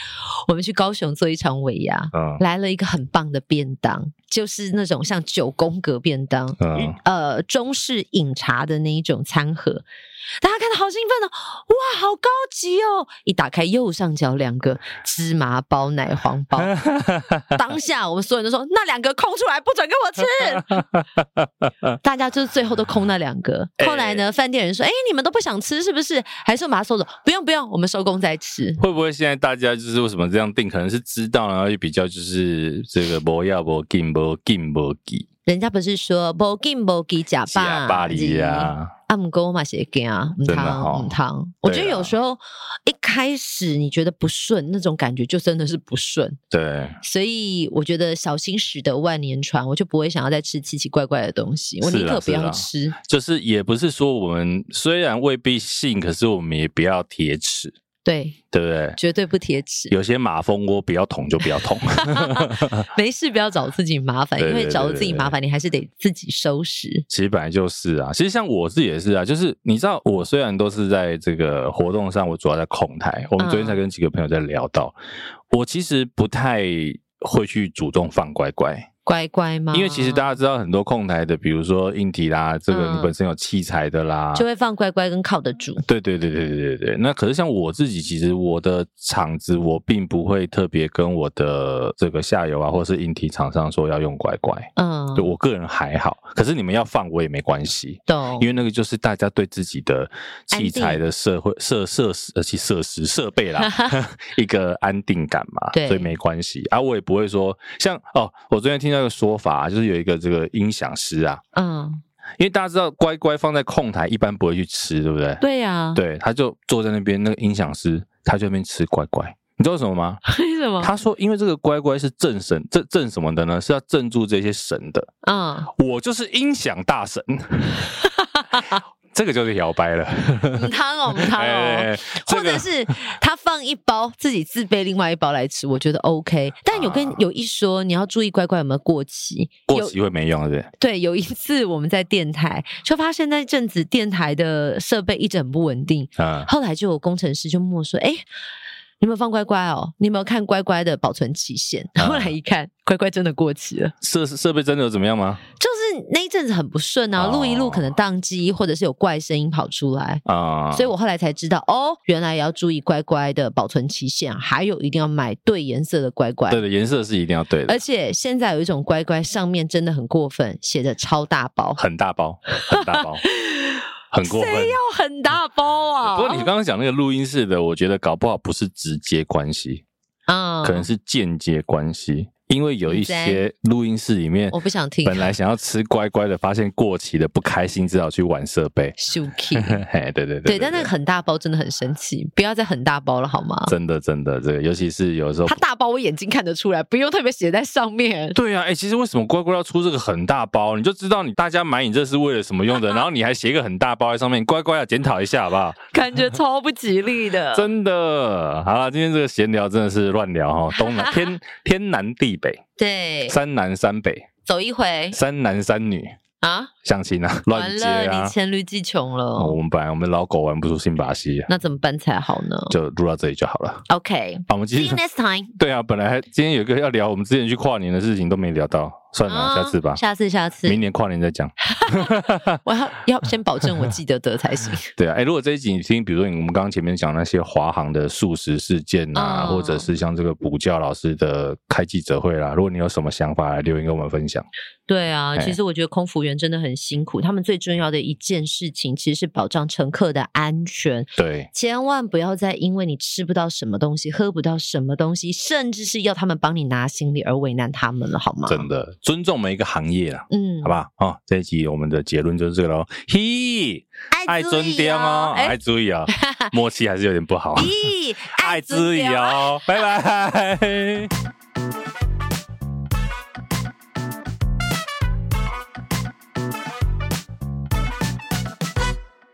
B: 我们去高雄做一场尾牙，
A: 嗯
B: 来了一个很棒的便当，就是那种像九宫格便当，
A: 嗯，
B: 呃中式饮茶的那一种餐盒。大家看到好兴奋哦，哇，好高级哦！一打开右上角两个芝麻包、奶黄 包，当下我们所有人都说那两个空出来，不准给我 吃。大家就是最后都空那两个。后来呢，饭店人说：“哎，你们都不想吃是不是？还是我们把它收走？不用不用，我们收工再吃。
A: 会不会现在大家就是为什么这样定？可能是知道，然后就比较就是这个不要不进不进不进”
B: 人家不是说“不进不给假
A: 假巴黎呀、
B: 啊，姆沟嘛写给啊，唔
A: 真的
B: 汤
A: 哦
B: 唔汤。我觉得
A: 对啊
B: 有时候一开始你觉得不顺，那种感觉就真的是不顺。
A: 对，
B: 所以我觉得小心驶得万年船，我就不会想要再吃奇奇怪怪的东西，我
A: 是啊
B: 宁可不
A: 是
B: 要
A: 啊
B: 吃。
A: 就是也不是说我们虽然未必信，可是我们也不要铁齿，
B: 对，
A: 对不对？
B: 绝对不贴齿，
A: 有些马蜂窝不要捅就不要 捅，
B: 没事不要找自己麻烦，
A: 对
B: 因为
A: 对
B: 找
A: 对
B: 自己
A: 对
B: 麻烦，你还是得自己收拾。
A: 其实本来就是啊，其实像我自己也是啊，就是你知道，我虽然都是在这个活动上，我主要在控台。我们昨天
B: 嗯
A: 才跟几个朋友在聊到，我其实不太会去主动放乖乖，
B: 乖乖吗？
A: 因为其实大家知道很多控台的，比如说硬体啦，这个
B: 嗯
A: 你本身有器材的啦，
B: 就会放乖乖跟靠得住。
A: 对对对对对对对。那可是像我自己，其实我的厂子我并不会特别跟我的这个下游啊，或是硬体厂商说要用乖乖。
B: 嗯，
A: 对我个人还好，可是你们要放我也没关系。
B: 懂
A: 因。为那个就是大家对自己的器
B: 哦安
A: 材
B: 定
A: 的社会设设施呃，其设施设备 啦一个安定感嘛，
B: 对
A: 所以没关系啊，我也不会说像哦，我昨天听到一个说法啊、就是有一个这个音响师啊，
B: 嗯，
A: 因为大家知道乖乖放在控台一般不会去吃，对不对？
B: 对啊呀。
A: 对，他就坐在那边，那个音响师他就在那边吃乖乖，你知道为什么吗？
B: 为什么？
A: 他说因为这个乖乖是镇神镇镇什么的呢？是要镇住这些神的，
B: 嗯，
A: 我就是音响大 神，这个就是摇摆了。
B: 唔汤哦，唔汤 哦。
A: 哎，这
B: 或
A: 个
B: 者是他放一包，自己自备另外一包来吃，我觉得 OK。但有跟
A: 啊
B: 有一说，你要注意乖乖有没有过期。
A: 过期会没用，对不对？
B: 对，有一次我们在电台就发现那阵子电台的设备一直很不稳定，
A: 啊，
B: 后来就有工程师就问我说：“哎、你有没有放乖乖哦？你有没有看乖乖的保存期限？”
A: 啊
B: 后来一看，乖乖真的过期了，
A: 设设备真的有怎么样吗？
B: 就是那一阵子很不顺啊，
A: 哦
B: 录一录可能宕机，或者是有怪声音跑出来。
A: 啊、
B: 所以我后来才知道，哦，原来也要注意乖乖的保存期限，还有一定要买对颜色的乖乖
A: 对。的颜色是一定要对的
B: 而，且现在有一种乖乖，上面真的很过分，写的超大包，
A: 很大包，很大 包，很过分。
B: 谁要很大包啊？
A: 不过你刚刚讲那个录音室的，我觉得搞不好不是直接关系，
B: 啊，
A: 可能是间接关系，因为有一些录音室里面
B: 我不想听。
A: 本来想要吃乖乖的，发现过期的不开心，只好去玩设备
B: Suki。
A: 嘿，对对对
B: 对，但那个很大包真的很生气，不要再很大包了好吗？
A: 真的真的，这个尤其是有时候
B: 它大包我眼睛看得出来，不用特别写在上面。
A: 对呀、哎、其实为什么乖乖要出这个很大包？你就知道你大家买你这是为了什么用 的，然后你还写一个很大包在上面，乖乖要检讨一下好不好？
B: 感觉超不吉利的
A: 真的，好了，今天这个闲聊真的是乱聊哈，东 南天天南地北，
B: 对，
A: 三南三北，
B: 走一回
A: 三男三女
B: 啊，
A: 相亲啊，乱
B: 完
A: 接
B: 了，
A: 啊
B: 你。黔驴技穷
A: 哦
B: 了，
A: 我们本来我们老狗玩不出新把戏啊，
B: 那怎么办才好呢
A: 就录到这里就好了。
B: ？OK，see
A: 啊，我们今
B: you
A: 天
B: next time。
A: 对啊，本来还今天有一个要聊我们之前去跨年的事情都没聊到，算了啊，
B: 啊
A: 下次吧，
B: 下次，下次，
A: 明年跨年再讲。
B: 我要要先保证我记得得才行。
A: 对啊，哎，如果这一集你听，比如说你我们刚刚前面讲那些华航的素食事件啊，
B: 嗯
A: 或者是像这个补教老师的开记者会啦，如果你有什么想法，来留言跟我们分享。
B: 对啊，
A: 哎
B: 其实我觉得空服员真的很辛苦，他们最重要的一件事情其实是保障乘客的安全。
A: 对，
B: 千万不要再因为你吃不到什么东西、喝不到什么东西，甚至是要他们帮你拿行李而为难他们了，好吗？
A: 真的尊重每一个行业啦，
B: 嗯，
A: 好不好？哦，这一集我们的结论就是这个喽。嘿，爱
B: 注
A: 尊
B: 意
A: 重哦，
B: 哎
A: 爱注意 哦，默契还是有点不好。
B: 咦，
A: 爱注意哦，拜拜。